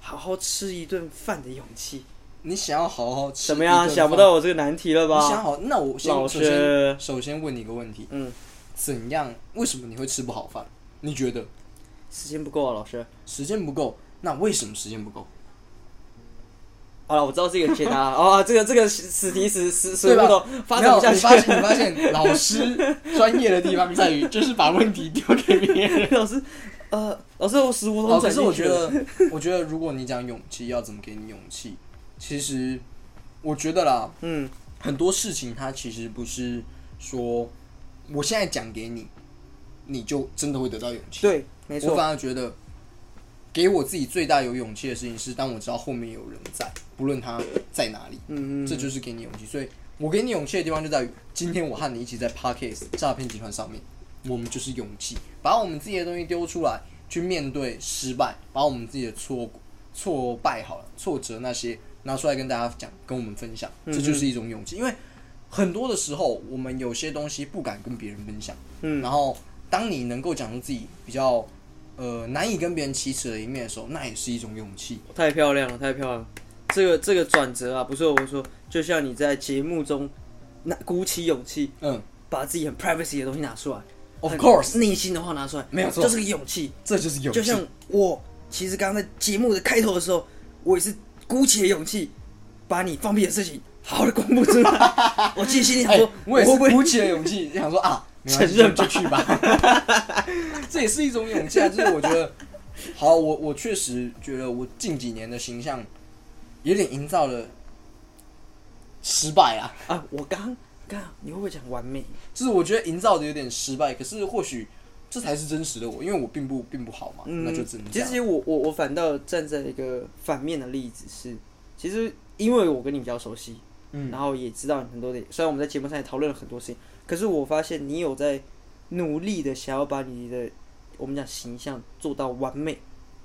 [SPEAKER 2] 好好吃一顿饭的勇气。
[SPEAKER 1] 你想要好好吃
[SPEAKER 2] 怎么样？
[SPEAKER 1] 一顿饭
[SPEAKER 2] 想不到我这个难题了
[SPEAKER 1] 你想
[SPEAKER 2] 吧？
[SPEAKER 1] 好，那我先
[SPEAKER 2] 老
[SPEAKER 1] 首
[SPEAKER 2] 师
[SPEAKER 1] 先首先问你一个问题：
[SPEAKER 2] 嗯，
[SPEAKER 1] 怎样？为什么你会吃不好饭？你觉得
[SPEAKER 2] 时间不够啊，老师。
[SPEAKER 1] 时间不够？那为什么时间不够？
[SPEAKER 2] 好了，我知道这个解答 了哦，这个这个死题死死死
[SPEAKER 1] 对吧
[SPEAKER 2] 不懂，发展不下
[SPEAKER 1] 没有你发
[SPEAKER 2] 去。
[SPEAKER 1] 现你发 现老师专业的地方在于，就是把问题丢给别人。
[SPEAKER 2] 老师，呃，老师，我死胡同
[SPEAKER 1] 哦，
[SPEAKER 2] 转
[SPEAKER 1] 可
[SPEAKER 2] 进
[SPEAKER 1] 是
[SPEAKER 2] 去了。
[SPEAKER 1] 我觉 得，我觉得如果你讲勇气，要怎么给你勇气？其实，我觉得啦，
[SPEAKER 2] 嗯，
[SPEAKER 1] 很多事情它其实不是说我现在讲给你，你就真的会得到勇气。
[SPEAKER 2] 对，没
[SPEAKER 1] 我
[SPEAKER 2] 错，
[SPEAKER 1] 反而觉得，给我自己最大有勇气的事情是，当我知道后面有人在，不论他在哪里，
[SPEAKER 2] 嗯嗯
[SPEAKER 1] 这就是给你勇气。所以我给你勇气的地方就在于，今天我和你一起在 Parkes 诈骗集团上面，我们就是勇气，把我们自己的东西丢出来，去面对失败，把我们自己的挫挫败好了，挫折那些拿出来跟大家讲，跟我们分享，
[SPEAKER 2] 嗯
[SPEAKER 1] 这就是一种勇气。因为很多的时候，我们有些东西不敢跟别人分享，
[SPEAKER 2] 嗯
[SPEAKER 1] 然后当你能够讲出自己比较呃难以跟别人启齿的一面的时候，那也是一种勇气。
[SPEAKER 2] 太漂亮了，太漂亮了。这个这个转折啊，不是我说，就像你在节目中，那鼓起勇气，
[SPEAKER 1] 嗯
[SPEAKER 2] 把自己很 privacy 的东西拿出来
[SPEAKER 1] ，Of
[SPEAKER 2] 很
[SPEAKER 1] course，
[SPEAKER 2] 内心的话拿出来，
[SPEAKER 1] 没有错
[SPEAKER 2] 就是个勇气。
[SPEAKER 1] 这就是勇气。
[SPEAKER 2] 就像我，其实刚刚在节目的开头的时候，我也是鼓起了勇气，把你放屁的事情好好的公布出 来。我自己心里想
[SPEAKER 1] 哎、
[SPEAKER 2] 说，
[SPEAKER 1] 我也
[SPEAKER 2] 会
[SPEAKER 1] 是
[SPEAKER 2] 不会
[SPEAKER 1] 鼓起了勇 气，想说啊，没关系
[SPEAKER 2] 承认吧
[SPEAKER 1] 就就去吧。 这也是一种勇气啊，就是我觉得，好，我我确实觉得我近几年的形象有点营造了失败啊，
[SPEAKER 2] 啊？我刚刚你会不会讲完美？
[SPEAKER 1] 就是我觉得营造的有点失败，可是或许这才是真实的我，因为我并不并不好嘛，那就只能这
[SPEAKER 2] 嗯其
[SPEAKER 1] 样。
[SPEAKER 2] 实我我我反倒站在一个反面的例子是，其实因为我跟你比较熟悉，
[SPEAKER 1] 嗯
[SPEAKER 2] 然后也知道你很多的，虽然我们在节目上也讨论了很多事情，可是我发现你有在努力的想要把你的我们讲形象做到完美，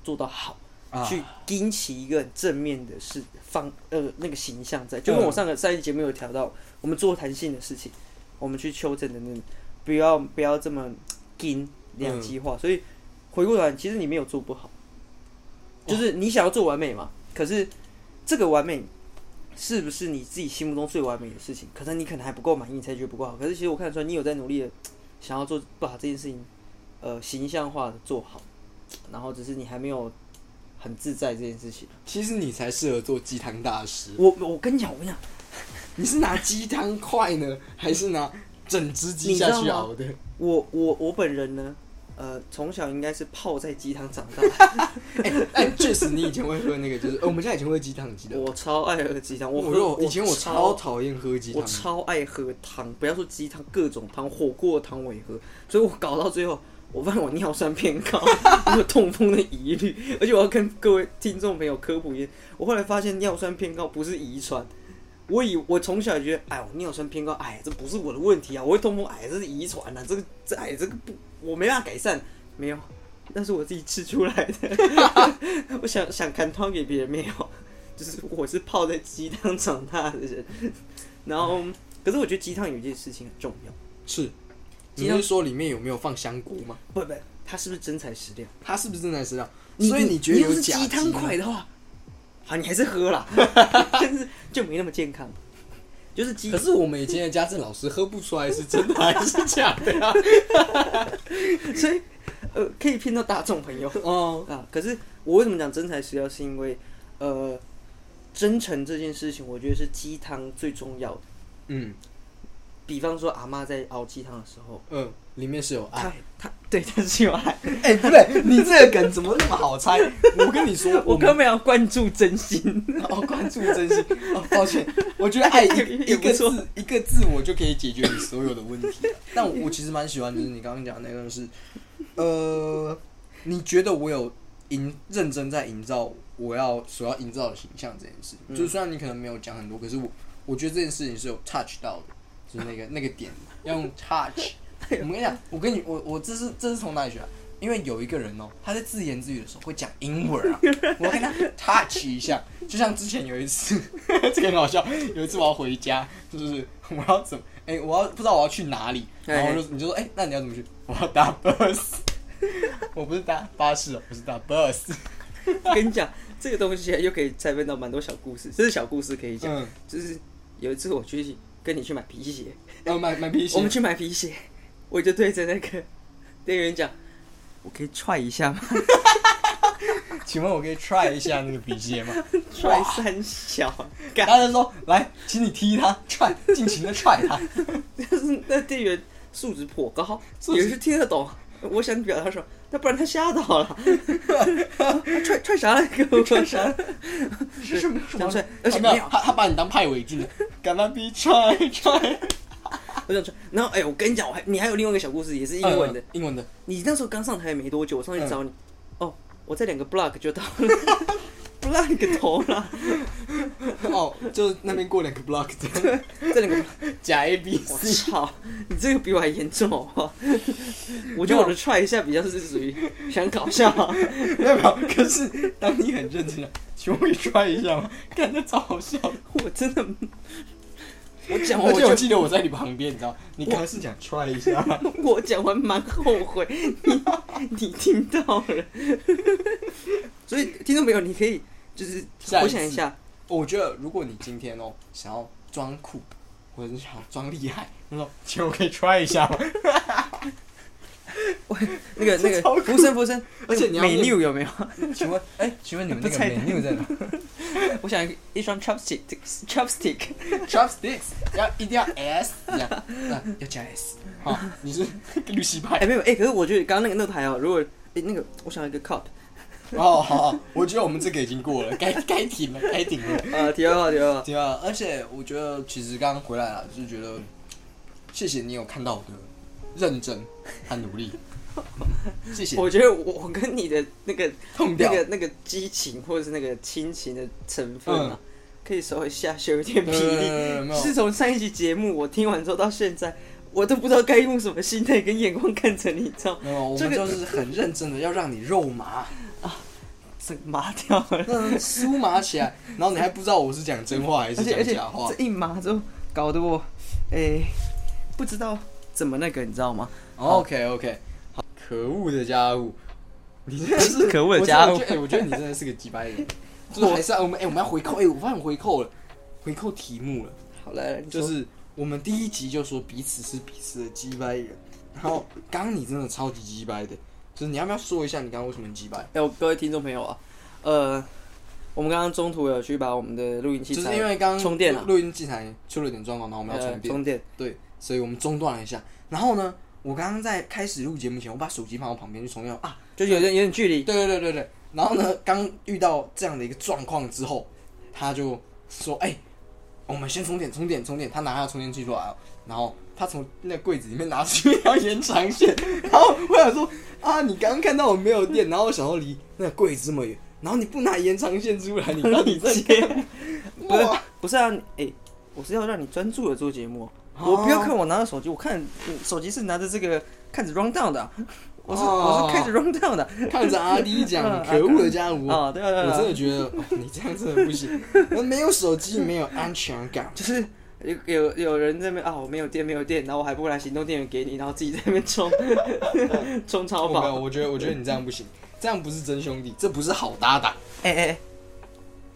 [SPEAKER 2] 做到好，
[SPEAKER 1] 啊
[SPEAKER 2] 去引起一个很正面的事方呃那个形象在，
[SPEAKER 1] 嗯
[SPEAKER 2] 就跟我上个上一节目有调到，我们做弹性的事情，我们去修正的那种，不要不要这么紧两极化，所以回过头来，其实你没有做不好，就是你想要做完美嘛，可是这个完美是不是你自己心目中最完美的事情？可能你可能还不够满意，你才觉得不够好。可是其实我看得出来，你有在努力的想要做把这件事情，呃，形象化的做好，然后只是你还没有很自在这件事情。
[SPEAKER 1] 其实你才适合做鸡汤大师。
[SPEAKER 2] 我我跟你讲，我跟你讲，
[SPEAKER 1] 你是拿鸡汤块呢，还是拿整只鸡
[SPEAKER 2] 你知道
[SPEAKER 1] 下去
[SPEAKER 2] 吗
[SPEAKER 1] 熬的？
[SPEAKER 2] 我我我本人呢，呃，从小应该是泡在鸡汤长大，
[SPEAKER 1] 哎、哎，确实你以前会喝那个，就是、呃我们家以前会鸡汤鸡的。
[SPEAKER 2] 我超爱喝鸡汤。我
[SPEAKER 1] 我
[SPEAKER 2] 喝
[SPEAKER 1] 有以前我超
[SPEAKER 2] 超
[SPEAKER 1] 讨厌喝鸡
[SPEAKER 2] 我
[SPEAKER 1] 汤，
[SPEAKER 2] 超爱喝汤，不要说鸡汤，各种汤，火锅汤我也喝，所以我搞到最后，我发现我尿酸偏高，我有痛风的疑虑，而且我要跟各位听众朋友科普一下，我后来发现尿酸偏高不是遗传，我以我从小觉得，哎，我尿酸偏高，哎，这不是我的问题啊，我会痛风，哎，这是遗传啊，这个这哎这个不，我没办法改善，没有，那是我自己吃出来的，我想想看汤给别人没有。就是我是泡在鸡汤长大的人，然后，可是我觉得鸡汤有一件事情很重要，
[SPEAKER 1] 是，
[SPEAKER 2] 鸡
[SPEAKER 1] 你
[SPEAKER 2] 汤
[SPEAKER 1] 是说里面有没有放香菇吗？
[SPEAKER 2] 不不，它是不是真材实料？
[SPEAKER 1] 它是不是真材实料？所以觉得
[SPEAKER 2] 你要
[SPEAKER 1] 有
[SPEAKER 2] 是
[SPEAKER 1] 假
[SPEAKER 2] 鸡汤
[SPEAKER 1] 吗
[SPEAKER 2] 块的话，好，你还是喝 啦，但是就没那么健康。就是鸡
[SPEAKER 1] 可，是我们以前的家政老师喝不出来是真的还是假的 呀、
[SPEAKER 2] 所以呃，可以骗到大众朋友
[SPEAKER 1] 哦，
[SPEAKER 2] 啊。可是我为什么讲真材实料，是因为呃，真诚这件事情，我觉得是鸡汤最重要的。
[SPEAKER 1] 嗯
[SPEAKER 2] 比方说阿妈在熬鸡汤的时候，
[SPEAKER 1] 嗯，里面是有爱
[SPEAKER 2] 她。她对她是有爱，
[SPEAKER 1] 哎、不对，你这个梗怎么那么好猜？我跟你说，我
[SPEAKER 2] 我
[SPEAKER 1] 们
[SPEAKER 2] 根本要灌注真心。
[SPEAKER 1] 哦，关注真心。哦，抱歉，我觉得爱
[SPEAKER 2] 也
[SPEAKER 1] 一一
[SPEAKER 2] 不
[SPEAKER 1] 个
[SPEAKER 2] 错
[SPEAKER 1] 字一个字，我就可以解决你所有的问题。但我我其实蛮喜欢，就是你刚刚讲的那个是，呃，你觉得我有营认真在营造我要所要营造的形象这件事情，
[SPEAKER 2] 嗯
[SPEAKER 1] 就是虽然你可能没有讲很多，可是我我觉得这件事情是有 touch 到的，就是那个那个点要 用 touch。我们跟你讲，我跟你我我这是这是从哪里学、啊？因为有一个人哦，他在自言自语的时候会讲英文 啊，我要跟他 touch 一下，就像之前有一次， 这个很好笑，有一次我要回家，就是我要怎么，哎、我要不知道我要去哪里，然后我就你就说，哎、那你要怎么去？我要搭 bus，我不是搭巴士哦，我是搭 bus，
[SPEAKER 2] 跟你讲，这个东西啊又可以拆分到蛮多小故事，这是小故事可以讲。
[SPEAKER 1] 嗯，
[SPEAKER 2] 就是有一次我去跟你去买皮鞋，
[SPEAKER 1] 然后买买皮鞋，
[SPEAKER 2] 我们去买皮鞋， 我就对着那个店员讲：“我可以踹一下吗？
[SPEAKER 1] 请问我可以 try 一下那个皮鞋吗？
[SPEAKER 2] 踹三小。”干，
[SPEAKER 1] 他就说，来，请你踢他踹，尽情的踹他，
[SPEAKER 2] 但是那店员素质颇高，
[SPEAKER 1] 素质
[SPEAKER 2] 也是听得懂。我想表达说，那不然他吓到 了，踹踹啥来给我 踹啥？
[SPEAKER 1] 是什么什
[SPEAKER 2] 想
[SPEAKER 1] 么
[SPEAKER 2] 踹？，而且
[SPEAKER 1] 啊没
[SPEAKER 2] 没
[SPEAKER 1] 有
[SPEAKER 2] 有，
[SPEAKER 1] 他他把你当派违禁的，敢那逼踹踹。
[SPEAKER 2] 我想踹。然后哎、我跟你讲，我还你还有另外一个小故事，也是英文的。
[SPEAKER 1] 嗯英文的，
[SPEAKER 2] 你那时候刚上台没多久，我上去找你，哦，我在两个 block 就到了 ，block 头了，
[SPEAKER 1] 哦，就是那边过两个 block 的
[SPEAKER 2] 在 两个 block，
[SPEAKER 1] 假 A B
[SPEAKER 2] 我
[SPEAKER 1] C，
[SPEAKER 2] 操，你这个比我还严重好不好？我觉得我的踹一下比较是属于想搞笑，啊
[SPEAKER 1] 没有没有。可是当你很认真的，请问你 try 一下吗？看那超好笑的。
[SPEAKER 2] 我真的，我讲
[SPEAKER 1] 而
[SPEAKER 2] 完
[SPEAKER 1] 且我
[SPEAKER 2] 我就
[SPEAKER 1] 记得我在你旁边，你知道，你刚刚是讲 try 一下吗？
[SPEAKER 2] 我讲完蛮后悔，你你听到了， 所以听众朋友你可以就是
[SPEAKER 1] 下一次
[SPEAKER 2] 回想一下，
[SPEAKER 1] 我觉得如果你今天哦想要装酷，或者是想要装厉害，他说请问我可以 try 一下吗？
[SPEAKER 2] 那个那个
[SPEAKER 1] 超酷
[SPEAKER 2] 福生福生，
[SPEAKER 1] 而且你要
[SPEAKER 2] 美
[SPEAKER 1] 念
[SPEAKER 2] 妞有没有？
[SPEAKER 1] 请问哎，请问你们那
[SPEAKER 2] 不
[SPEAKER 1] 个
[SPEAKER 2] 菜
[SPEAKER 1] menu 在哪
[SPEAKER 2] 我想一双 chopstick，chopstick。
[SPEAKER 1] ？Chopsticks 要一定要 S 这样，啊要加 S。好，你是 绿西
[SPEAKER 2] 哎、
[SPEAKER 1] 派。
[SPEAKER 2] 没有，哎、可是我觉得刚刚那个那个还好。如果哎、那个，我想要一个 cup。
[SPEAKER 1] 哦，好好，我觉得我们这个已经过了，该该停了，该停了。
[SPEAKER 2] 呃，题外话，题外话，
[SPEAKER 1] 对啊，而且我觉得其实刚刚回来了，就是觉得谢谢你有看到我的认真和努力，谢谢。
[SPEAKER 2] 我觉得我我跟你的那个
[SPEAKER 1] 痛掉
[SPEAKER 2] 那个那个激情或者是那个亲情的成分啊，
[SPEAKER 1] 嗯
[SPEAKER 2] 可以稍微下修一点比
[SPEAKER 1] 没有没有没有
[SPEAKER 2] 例
[SPEAKER 1] 没。有
[SPEAKER 2] 是从上一期节目我听完之后到现在，我都不知道该用什么心态跟眼光看着你，你知道吗？
[SPEAKER 1] 没有，我
[SPEAKER 2] 这
[SPEAKER 1] 们
[SPEAKER 2] 个
[SPEAKER 1] 就是很认真的要让你肉麻，
[SPEAKER 2] 整个麻掉了，
[SPEAKER 1] 让人酥麻起来，然后你还不知道我是讲真话还
[SPEAKER 2] 而
[SPEAKER 1] 是
[SPEAKER 2] 且而
[SPEAKER 1] 讲
[SPEAKER 2] 且
[SPEAKER 1] 假话
[SPEAKER 2] 这。一麻之后，搞得我哎、不知道怎么那个，你知道吗？
[SPEAKER 1] OK OK，好，可恶的家伙， 你真的是
[SPEAKER 2] 可恶的家伙
[SPEAKER 1] 我 真的觉得哎、我觉得你真的是个鸡掰人。就是还是要我们哎、我们要回扣哎、我发现我回扣了，回扣题目了，
[SPEAKER 2] 好来来，你说
[SPEAKER 1] 就是我们第一集就说彼此是彼此的鸡掰人，然后刚刚你真的超级鸡掰的，就是你要不要说一下你刚刚为什么很鸡掰？
[SPEAKER 2] 哎、我各位听众朋友啊，呃，我们刚刚中途有去把我们的录音器
[SPEAKER 1] 就
[SPEAKER 2] 材，
[SPEAKER 1] 是因为刚刚
[SPEAKER 2] 充电了啊
[SPEAKER 1] 录音器材出了点状况，然后我们要
[SPEAKER 2] 呃
[SPEAKER 1] 充电，
[SPEAKER 2] 充电，
[SPEAKER 1] 对，所以我们中断了一下。然后呢，我刚刚在开始录节目前，我把手机放到旁边去充电啊，
[SPEAKER 2] 就有点有点距离，
[SPEAKER 1] 对对对对对。然后呢，刚遇到这样的一个状况之后，他就说：“哎、我们先充电，充电，充电。”他拿他的充电器出来哦，然后他从那个柜子里面拿出一条延长线，然后我想说：“啊，你刚刚看到我没有电，然后我想要离那个柜子这么远，然后你不拿延长线出来， 你到底在干
[SPEAKER 2] 不是
[SPEAKER 1] 哇
[SPEAKER 2] 不是啊，哎、我是要让你专注的做节目，哦
[SPEAKER 1] 啊
[SPEAKER 2] 我不要看我拿着手机，我看我手机是拿着这个看着 run down 的啊、我是、我是看着 run down 的啊
[SPEAKER 1] 看着阿迪讲
[SPEAKER 2] 嗯
[SPEAKER 1] 可恶的家伙。
[SPEAKER 2] 啊，对啊对啊
[SPEAKER 1] 我
[SPEAKER 2] 对啊，
[SPEAKER 1] 真的觉得、哦你这样真的不行，没有手机没有安全感。
[SPEAKER 2] 就是有有有人在那边啊，我没有电，没有电，然后我还不拿行动电源给你，然后自己在那边充 充超
[SPEAKER 1] 我没有，
[SPEAKER 2] 饱。
[SPEAKER 1] 我觉得我觉得你这样不行，这样不是真兄弟，这不是好搭档。
[SPEAKER 2] 哎哎、哎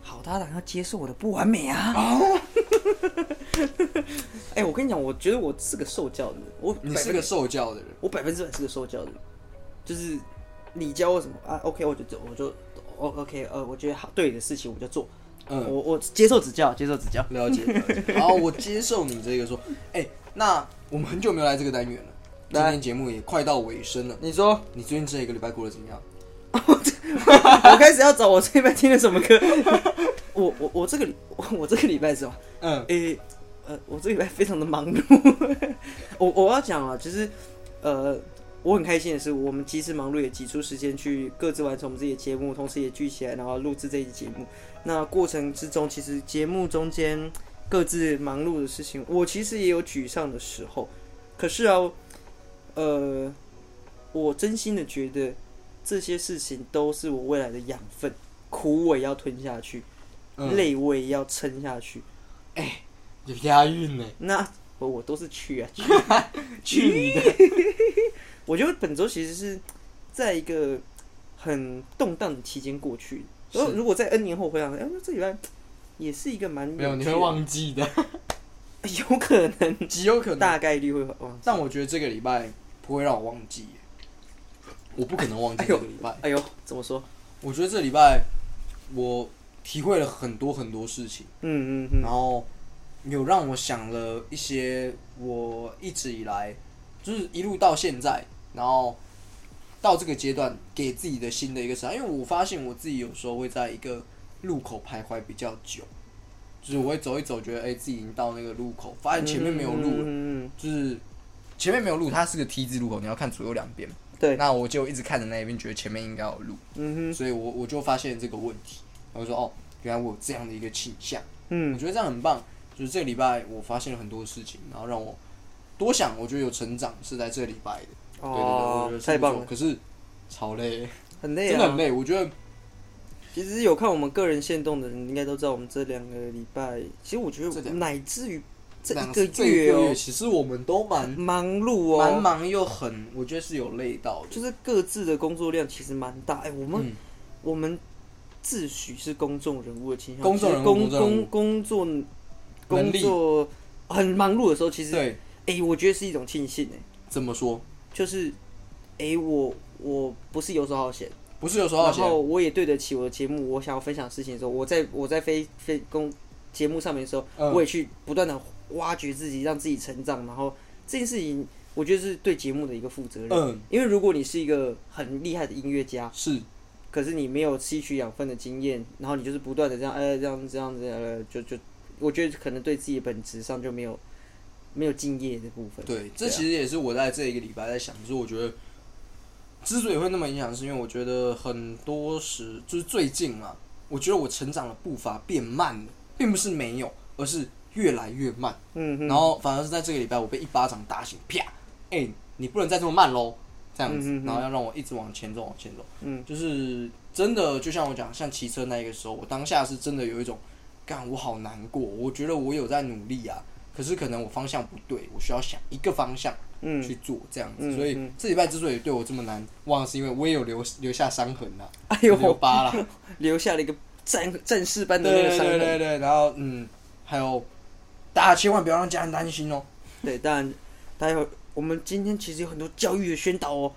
[SPEAKER 2] 好搭档要接受我的不完美啊！
[SPEAKER 1] 哦
[SPEAKER 2] 哎、我跟你讲，我觉得我是个受教的人，我
[SPEAKER 1] 你
[SPEAKER 2] 百
[SPEAKER 1] 是
[SPEAKER 2] 分
[SPEAKER 1] 个受教 的人，
[SPEAKER 2] 我百分之百是个受教的人，就是你教我什么啊？OK，我就走，我就 O OK，呃，我觉得好对的事情我就做，
[SPEAKER 1] 嗯
[SPEAKER 2] 我我接受指教，接受指 教。
[SPEAKER 1] 了解了解。好，我接受你这个说，哎、那我们很久没有来这个单元了，今天节目也快到尾声了。
[SPEAKER 2] 你说
[SPEAKER 1] 你最近这一个礼拜过得怎么样？
[SPEAKER 2] 我开始要找我这一拜听的什么歌？ 我我我这个礼我我这个礼拜是吧？
[SPEAKER 1] 嗯，
[SPEAKER 2] 诶、呃，我这个礼拜非常的忙碌。我我要讲啊，就是呃，我很开心的是，我们即使忙碌也挤出时间去各自完成我们自己的节目，同时也聚起来，然后录制这一期节目。那过程之中，其实节目中间各自忙碌的事情，我其实也有沮丧的时候。可是啊，呃，我真心的觉得这些事情都是我未来的养分，苦我也要吞下去，
[SPEAKER 1] 嗯
[SPEAKER 2] 累我也要撑下去。
[SPEAKER 1] 有押韵呢、
[SPEAKER 2] 那我我都是去啊，去
[SPEAKER 1] 去你的！
[SPEAKER 2] 我觉得本周其实是在一个很动荡的期间过去。
[SPEAKER 1] 是
[SPEAKER 2] 然后如果在 N 年后回想，哎、那这礼拜也是一个蛮
[SPEAKER 1] 没有，你
[SPEAKER 2] 趣
[SPEAKER 1] 会
[SPEAKER 2] 的，
[SPEAKER 1] 忘记的，
[SPEAKER 2] 有可能，
[SPEAKER 1] 极有可能。
[SPEAKER 2] 大概率会忘记。
[SPEAKER 1] 但我觉得这个礼拜不会让我忘记耶，我不可能忘记
[SPEAKER 2] 哎
[SPEAKER 1] 这
[SPEAKER 2] 呦
[SPEAKER 1] 个礼拜。
[SPEAKER 2] 哎呦，怎么说？
[SPEAKER 1] 我觉得这礼拜我体会了很多很多事情。
[SPEAKER 2] 嗯嗯嗯，
[SPEAKER 1] 然后有让我想了一些我一直以来就是一路到现在，然后到这个阶段给自己的新的一个想法，因为我发现我自己有时候会在一个路口徘徊比较久，就是我会走一走，觉得哎、自己已经到那个路口，发现前面没有路了，
[SPEAKER 2] 嗯嗯嗯嗯
[SPEAKER 1] 就是前面没有路，它是个 T 字路口，你要看左右两边。
[SPEAKER 2] 对，
[SPEAKER 1] 那我就一直看着那一边，觉得前面应该有路，
[SPEAKER 2] 嗯嗯哼，
[SPEAKER 1] 所以我我就发现这个问题，我就说哦，原来我有这样的一个倾向。我
[SPEAKER 2] 嗯
[SPEAKER 1] 觉得这样很棒。就是这个礼拜我发现了很多事情，然后让我多想，我觉得有成长是在这个礼拜的。对对对我觉
[SPEAKER 2] 哦
[SPEAKER 1] 得，是
[SPEAKER 2] 太
[SPEAKER 1] 不错
[SPEAKER 2] 棒了，
[SPEAKER 1] 可是超累，
[SPEAKER 2] 很累
[SPEAKER 1] 真的
[SPEAKER 2] 啊
[SPEAKER 1] 很。累。我觉得
[SPEAKER 2] 其实有看我们个人线动的人，应该都知道我们这两个礼拜，其实我觉
[SPEAKER 1] 这
[SPEAKER 2] 得
[SPEAKER 1] 两
[SPEAKER 2] 乃至于这
[SPEAKER 1] 两
[SPEAKER 2] 一个
[SPEAKER 1] 这
[SPEAKER 2] 月
[SPEAKER 1] 个
[SPEAKER 2] 哦
[SPEAKER 1] 月，其实我们都蛮
[SPEAKER 2] 忙碌哦，
[SPEAKER 1] 蛮忙又很，我觉得是有累到的。
[SPEAKER 2] 就是各自的工作量其实蛮大。哎、我们、
[SPEAKER 1] 嗯，
[SPEAKER 2] 我们自诩是公众人物的倾向，
[SPEAKER 1] 公众人物公
[SPEAKER 2] 其实
[SPEAKER 1] 众人物
[SPEAKER 2] 工工工作
[SPEAKER 1] 能
[SPEAKER 2] 工
[SPEAKER 1] 力
[SPEAKER 2] 作很忙碌的时候，其实哎、
[SPEAKER 1] 对，
[SPEAKER 2] 我觉得是一种庆幸哎、
[SPEAKER 1] 怎么说？
[SPEAKER 2] 就是哎、我我不是游手好闲，
[SPEAKER 1] 不是有时候要
[SPEAKER 2] 然后
[SPEAKER 1] 写
[SPEAKER 2] 我也对得起我的节目，我想要分享事情的时候，我在我在非非公节目上面的时候，
[SPEAKER 1] 嗯
[SPEAKER 2] 我也去不断的挖掘自己，让自己成长，然后这件事情。我觉得是对节目的一个负责任，
[SPEAKER 1] 嗯
[SPEAKER 2] 因为如果你是一个很厉害的音啊乐家，
[SPEAKER 1] 是
[SPEAKER 2] 可是你没有吸取养分的经验，然后你就是不断的这样，哎、这样这样子，呃，就就，我觉得可能对自己的本质上就没有没有敬业的部分。
[SPEAKER 1] 对，这
[SPEAKER 2] 啊
[SPEAKER 1] 其实也是我在这一个礼拜在想，就是我觉得之所以会那么影响，是因为我觉得很多时就是最近嘛，我觉得我成长的步伐变慢了，并不是没有，而是越来越慢。
[SPEAKER 2] 嗯嗯
[SPEAKER 1] 然后反而是在这个礼拜，我被一巴掌打醒，啪！哎、你不能再这么慢喽，这样子，
[SPEAKER 2] 嗯嗯嗯
[SPEAKER 1] 然后要让我一直往前走，往前走。
[SPEAKER 2] 嗯，
[SPEAKER 1] 就是真的，就像我讲，像骑车那个时候，我当下是真的有一种，干我好难过，我觉得我有在努力啊，可是可能我方向不对，我需要想一个方向
[SPEAKER 2] 嗯
[SPEAKER 1] 去做这样子。
[SPEAKER 2] 嗯
[SPEAKER 1] 所以
[SPEAKER 2] 嗯
[SPEAKER 1] 这礼拜之所以对我这么难忘，是因为我也有留留下伤痕啦、
[SPEAKER 2] 哎
[SPEAKER 1] 有
[SPEAKER 2] 呦，
[SPEAKER 1] 留疤啦，
[SPEAKER 2] 留下了一个战战士般的那
[SPEAKER 1] 对
[SPEAKER 2] 个
[SPEAKER 1] 对
[SPEAKER 2] 伤
[SPEAKER 1] 对
[SPEAKER 2] 痕。
[SPEAKER 1] 对对，然后嗯，还有大家千万不要让家人担 心哦。
[SPEAKER 2] 对，当然，大家有我们今天其实有很多教育的宣导哦，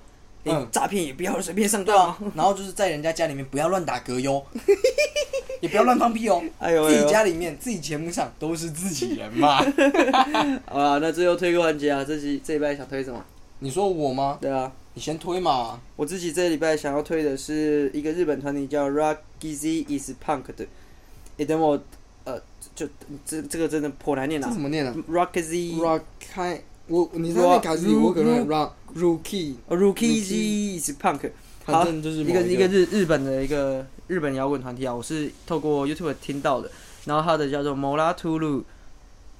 [SPEAKER 1] 嗯
[SPEAKER 2] 连诈骗也不要随便上
[SPEAKER 1] 对
[SPEAKER 2] 当
[SPEAKER 1] 啊
[SPEAKER 2] 哦。，
[SPEAKER 1] 然后就是在人家家里面不要乱打嗝 哟，也不要乱放屁哦。
[SPEAKER 2] 哎呦哎
[SPEAKER 1] 自
[SPEAKER 2] 呦
[SPEAKER 1] 己家里面、自己节目上都是自己人嘛。啊
[SPEAKER 2] 好啦，啊那最后推个环节啊，这期这礼拜想推什么？
[SPEAKER 1] 你说我吗？
[SPEAKER 2] 对啊，
[SPEAKER 1] 你先推嘛。
[SPEAKER 2] 我自己这礼拜想要推的是一个日本团体叫 Rockizzy is Punk 的。诶，等我，呃，就这这个真的颇难念
[SPEAKER 6] 这
[SPEAKER 2] 啊
[SPEAKER 6] 怎。么念啊
[SPEAKER 2] Rockizzy
[SPEAKER 6] ？Rock 开我你在那卡斯里，我可能 Rock Rookie，
[SPEAKER 2] Rockizzy 呃 is Punk。
[SPEAKER 6] 反正就是
[SPEAKER 2] 一
[SPEAKER 6] 某
[SPEAKER 2] 个一个日日本的一个日本摇滚团体啊，我是透过 YouTube 听到的。然后他的叫做 Mola Tulu，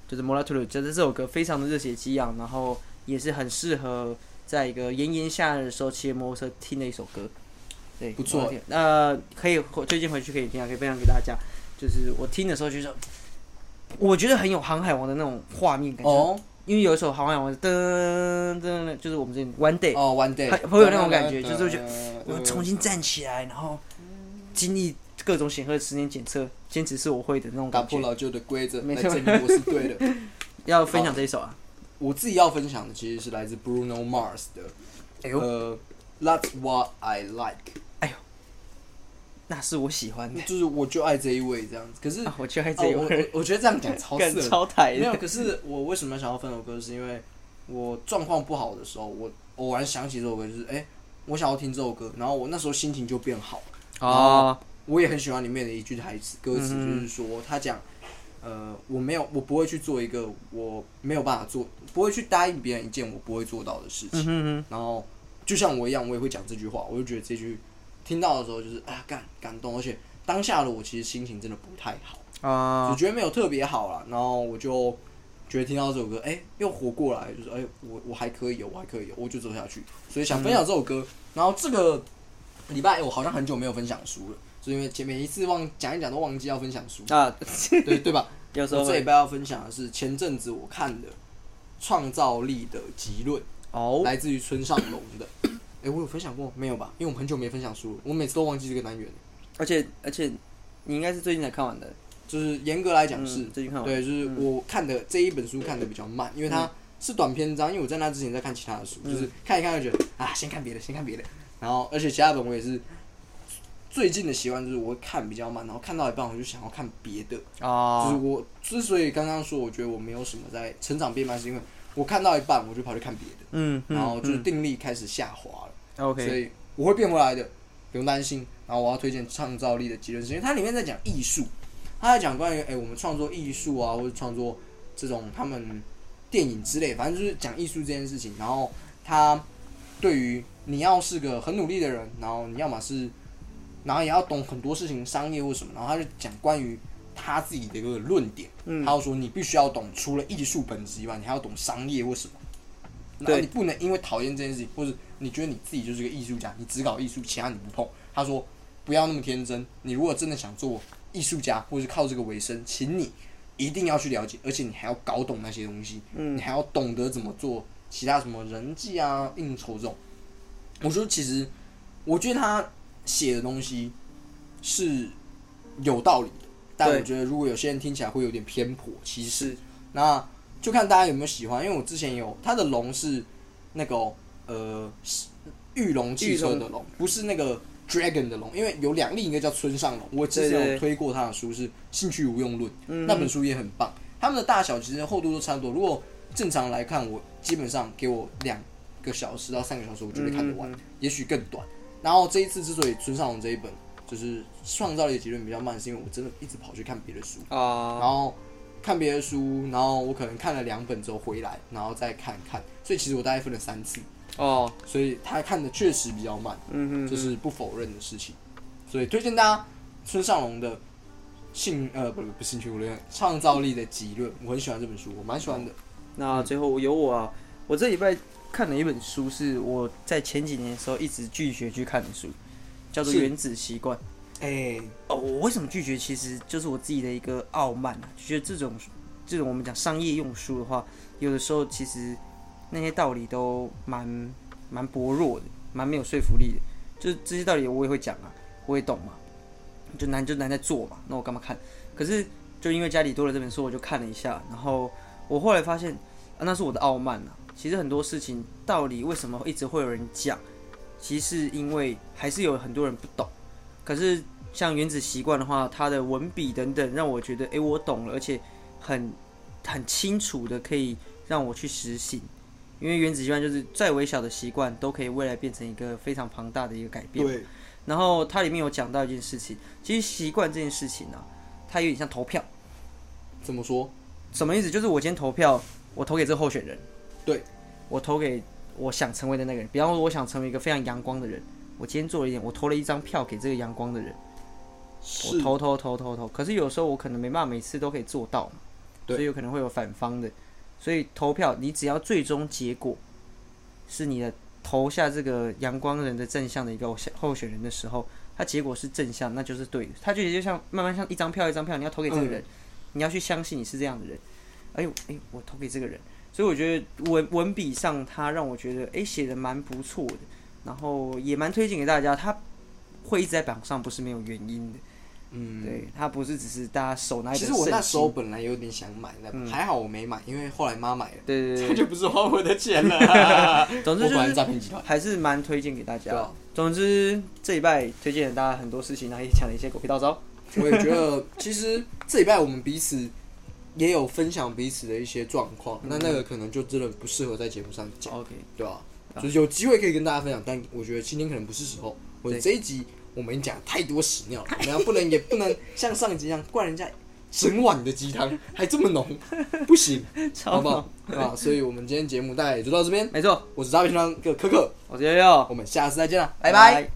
[SPEAKER 2] 就是 Mola Tulu，就是这首歌非常的热血激昂，然后也是很适合在一个炎炎夏日的时候骑着摩托车听的一首歌。对，
[SPEAKER 1] 不错
[SPEAKER 2] 我听。那可以回最近回去可以听啊，可以分享给大家。就是我听的时候就是，我觉得很有《航海王》的那种画面感。
[SPEAKER 1] 哦
[SPEAKER 2] 因为有一首《航海王》噔噔噔，就是我们这里 One Day，
[SPEAKER 1] 哦，One 呃 Day，
[SPEAKER 2] 还会有那种感觉就是觉
[SPEAKER 1] 得
[SPEAKER 2] 我重新站起来，然后经历各种险恶的十年检测，坚持是我会的那种
[SPEAKER 1] 打
[SPEAKER 2] 感
[SPEAKER 1] 破
[SPEAKER 2] 觉。
[SPEAKER 1] 老旧的规则
[SPEAKER 2] 没
[SPEAKER 1] 来
[SPEAKER 2] 错
[SPEAKER 1] 证明我是对的。
[SPEAKER 2] 要分享这一首啊，
[SPEAKER 1] 我自己要分享的其实是来自 Bruno Mars 的，
[SPEAKER 2] 哎呦，
[SPEAKER 1] 呃，That's What I Like，
[SPEAKER 2] 那是我喜欢的，
[SPEAKER 1] 就是我就爱这一位这样子。可是
[SPEAKER 2] 啊、我 就爱
[SPEAKER 1] 哦
[SPEAKER 2] 这一
[SPEAKER 1] 我
[SPEAKER 2] 位，
[SPEAKER 1] 我我觉得这样讲超
[SPEAKER 2] 更
[SPEAKER 1] 色，
[SPEAKER 2] 超台
[SPEAKER 1] 没有。
[SPEAKER 2] 的。
[SPEAKER 1] 可是我为什么想要分手歌，是因为我状况不好的时候，我偶然想起这首歌，就是哎、我想要听这首歌，然后呃我那时候心情就变好。
[SPEAKER 2] 哦，
[SPEAKER 1] 我也很喜欢里面的一句台词歌词，就
[SPEAKER 2] 嗯
[SPEAKER 1] 是说他讲，呃，我没有，我不会去做一个我没有办法做，不会去答应别人一件我不会做到的事情。
[SPEAKER 2] 嗯哼哼，
[SPEAKER 1] 然后就像我一样，我也会讲这句话，我就觉得这句听到的时候就是啊，感感动，而且当下的我其实心情真的不太好，我
[SPEAKER 2] 啊，
[SPEAKER 1] 觉得没有特别好啦。然后我就觉得听到这首歌，哎、又活过来，就是哎、我我还可以哦，我还可以哦，我就走下去。所以想分享这首歌，
[SPEAKER 2] 嗯
[SPEAKER 1] 然后这个礼拜、哎我好像很久没有分享书了。是因为前每一次忘讲一讲都忘记要分享书，
[SPEAKER 2] 啊，
[SPEAKER 1] 对对吧？
[SPEAKER 2] 有时
[SPEAKER 1] 我
[SPEAKER 2] 候
[SPEAKER 1] 这礼
[SPEAKER 2] 会
[SPEAKER 1] 拜要分享的是前阵子我看的《创造力的集论》，
[SPEAKER 2] 哦，
[SPEAKER 1] 来自于村上隆的。哎、我有分享过没有吧？因为我们很久没分享书了，我每次都忘记这个单元。
[SPEAKER 2] 而且而且你应该是最近才看完的，
[SPEAKER 1] 就是严格来讲
[SPEAKER 2] 嗯
[SPEAKER 1] 是、
[SPEAKER 2] 最近看完
[SPEAKER 1] 对，就是
[SPEAKER 2] 嗯
[SPEAKER 1] 我看的这一本书看的比较慢，因为它是短篇章，因为我在那之前在看其他的书，
[SPEAKER 2] 嗯
[SPEAKER 1] 就是看一看就觉得啊，先看别的，先看别的。然后而且其他本我也是最近的习惯就是我会看比较慢，然后看到一半我就想要看别的，就是
[SPEAKER 2] 哦，
[SPEAKER 1] 我之所以刚刚说，我觉得我没有什么在成长变慢，是因为我看到一半我就跑去看别的，
[SPEAKER 2] 嗯，嗯
[SPEAKER 1] 然后就是
[SPEAKER 2] 嗯
[SPEAKER 1] 定力开始下滑了，所
[SPEAKER 2] OK，
[SPEAKER 1] 以我会变回来的，不用担心。然后我要推荐《创造力的极论》，因为它里面在讲艺术，它在讲关于哎、我们创作艺术啊，或者创作这种他们电影之类，反正就是讲艺术这件事情。然后它对于你要是个很努力的人，然后你要么是，然后也要懂很多事情，商业或什么，然后他就讲关于他自己的一个论点，
[SPEAKER 2] 嗯
[SPEAKER 1] 他就说你必须要懂除了艺术本质以外，你还要懂商业或什么。然后
[SPEAKER 2] 对
[SPEAKER 1] 你不能因为讨厌这件事情，或者你觉得你自己就是个艺术家，你只搞艺术，其他你不碰。他说不要那么天真，你如果真的想做艺术家，或是靠这个为生，请你一定要去了解，而且你还要搞懂那些东西，
[SPEAKER 2] 嗯
[SPEAKER 1] 你还要懂得怎么做其他什么人际啊、应酬这种。我说其实，我觉得他写的东西是有道理的，但
[SPEAKER 2] 对
[SPEAKER 1] 我觉得如果有些人听起来会有点偏颇，其实
[SPEAKER 2] 是
[SPEAKER 1] 那就看大家有没有喜欢，因为我之前有它的龙是那个呃是玉龙汽车的龙，不是那个 dragon 的龙，因为有两另一个叫村上龙，我之
[SPEAKER 2] 对
[SPEAKER 1] 前
[SPEAKER 2] 对
[SPEAKER 1] 有推过他的书是《兴趣无用论》，
[SPEAKER 2] 嗯
[SPEAKER 1] 那本书也很棒，他们的大小其实厚度都差不多，如果正常来看，我基本上给我两个小时到三个小时，我就会看得完，
[SPEAKER 2] 嗯嗯
[SPEAKER 1] 也许更短。然后这一次之所以村上龙这一本就是创造力的结论比较慢，是因为我真的一直跑去看别的书。然
[SPEAKER 2] 啊，
[SPEAKER 1] 后看别的书，然后我可能看了两本之后回来，然后再看看，所以其实我大概分了三次，
[SPEAKER 2] 哦，
[SPEAKER 1] 所以他看的确实比较慢，
[SPEAKER 2] 嗯
[SPEAKER 1] 这
[SPEAKER 2] 哼，
[SPEAKER 1] 是不否认的事情。所以推荐大家村上隆的兴呃不不兴趣无论创造力的极论，我很喜欢这本书，我蛮喜
[SPEAKER 2] 哦
[SPEAKER 1] 欢的。
[SPEAKER 2] 那最后有我啊，我这礼拜看了一本书，是我在前几年的时候一直拒绝去看的书，叫做《
[SPEAKER 1] 是
[SPEAKER 2] 原子习惯》。
[SPEAKER 1] 哎、
[SPEAKER 2] 哦，我为什么拒绝？其实就是我自己的一个傲慢啊，就觉得这种这种我们讲商业用书的话，有的时候其实那些道理都蛮蛮薄弱的，蛮没有说服力的。就是这些道理我也会讲啊，我也懂嘛，就难就难在做嘛，那我干嘛看？可是就因为家里多了这本书，我就看了一下，然后我后来发现，啊，那是我的傲慢啊。其实很多事情道理为什么一直会有人讲，其实是因为还是有很多人不懂。可是像《原子习惯》的话，它的文笔等等，让我觉得，诶，我懂了，而且很很清楚的可以让我去实行。因为原子习惯就是再微小的习惯，都可以未来变成一个非常庞大的一个改变。
[SPEAKER 1] 对，
[SPEAKER 2] 然后它里面有讲到一件事情，其实习惯这件事情呢、啊，它有点像投票，
[SPEAKER 1] 怎么说？
[SPEAKER 2] 什么意思？就是我今天投票，我投给这个候选人，
[SPEAKER 1] 对，
[SPEAKER 2] 我投给我想成为的那个人。比方说，我想成为一个非常阳光的人，我今天做了一点，我投了一张票给这个阳光的人，我
[SPEAKER 1] 是
[SPEAKER 2] 投投投投投。可是有时候我可能没办法每次都可以做到嘛，
[SPEAKER 1] 对
[SPEAKER 2] 所以有可能会有反方的。所以投票，你只要最终结果是你的投下这个阳光人的正向的一个候选候选人的时候，它结果是正向，那就是对的。它就就像慢慢像一张票一张票，你要投给这个
[SPEAKER 1] 嗯
[SPEAKER 2] 人，你要去相信你是这样的人。哎呦哎呦，我投给这个人，所以我觉得文文笔上它让我觉得哎写的蛮不错的，然后也蛮推荐给大家。它会一直在榜上不是没有原因的，
[SPEAKER 1] 嗯，
[SPEAKER 2] 对，它不是只是大家手拿一
[SPEAKER 1] 其
[SPEAKER 2] 本
[SPEAKER 1] 实我那
[SPEAKER 2] 圣
[SPEAKER 1] 时候
[SPEAKER 2] 经
[SPEAKER 1] 本来有点想买的，
[SPEAKER 5] 嗯
[SPEAKER 1] 还好我没买，因为后来妈买 了，
[SPEAKER 2] 对对对
[SPEAKER 1] 这 就不是花我的钱了。
[SPEAKER 2] 总之
[SPEAKER 5] 我
[SPEAKER 2] 就
[SPEAKER 5] 管
[SPEAKER 2] 是
[SPEAKER 5] 是诈骗集团。
[SPEAKER 2] 还是蛮推荐给大
[SPEAKER 1] 对
[SPEAKER 2] 家
[SPEAKER 1] 啊。
[SPEAKER 2] 总之这一拜推荐了大家很多事情，然后也讲了一些狗屁倒招。
[SPEAKER 1] 啊我也觉得，其实这礼拜我们彼此也有分享彼此的一些状况，
[SPEAKER 5] 嗯
[SPEAKER 1] 那那个可能就真的不适合在节目上
[SPEAKER 5] 哦
[SPEAKER 1] 讲，
[SPEAKER 2] OK，
[SPEAKER 1] 对吧、
[SPEAKER 5] 啊
[SPEAKER 1] 就是有机会可以跟大家分享，但我觉得今天可能不是时候，或者
[SPEAKER 2] 对
[SPEAKER 1] 这一集我们已经讲太多屎尿了，我们要不能也不能像上集一样灌人家整碗的鸡汤，还这么浓，不行，好
[SPEAKER 2] 超
[SPEAKER 1] 不好哎
[SPEAKER 2] 棒，？
[SPEAKER 1] 啊，所以我们今天节目大概也就到这边，
[SPEAKER 2] 没错，
[SPEAKER 1] 我是大卫先生，个可可，
[SPEAKER 2] 我是悠悠，
[SPEAKER 1] 我们下次再见了，
[SPEAKER 2] 拜拜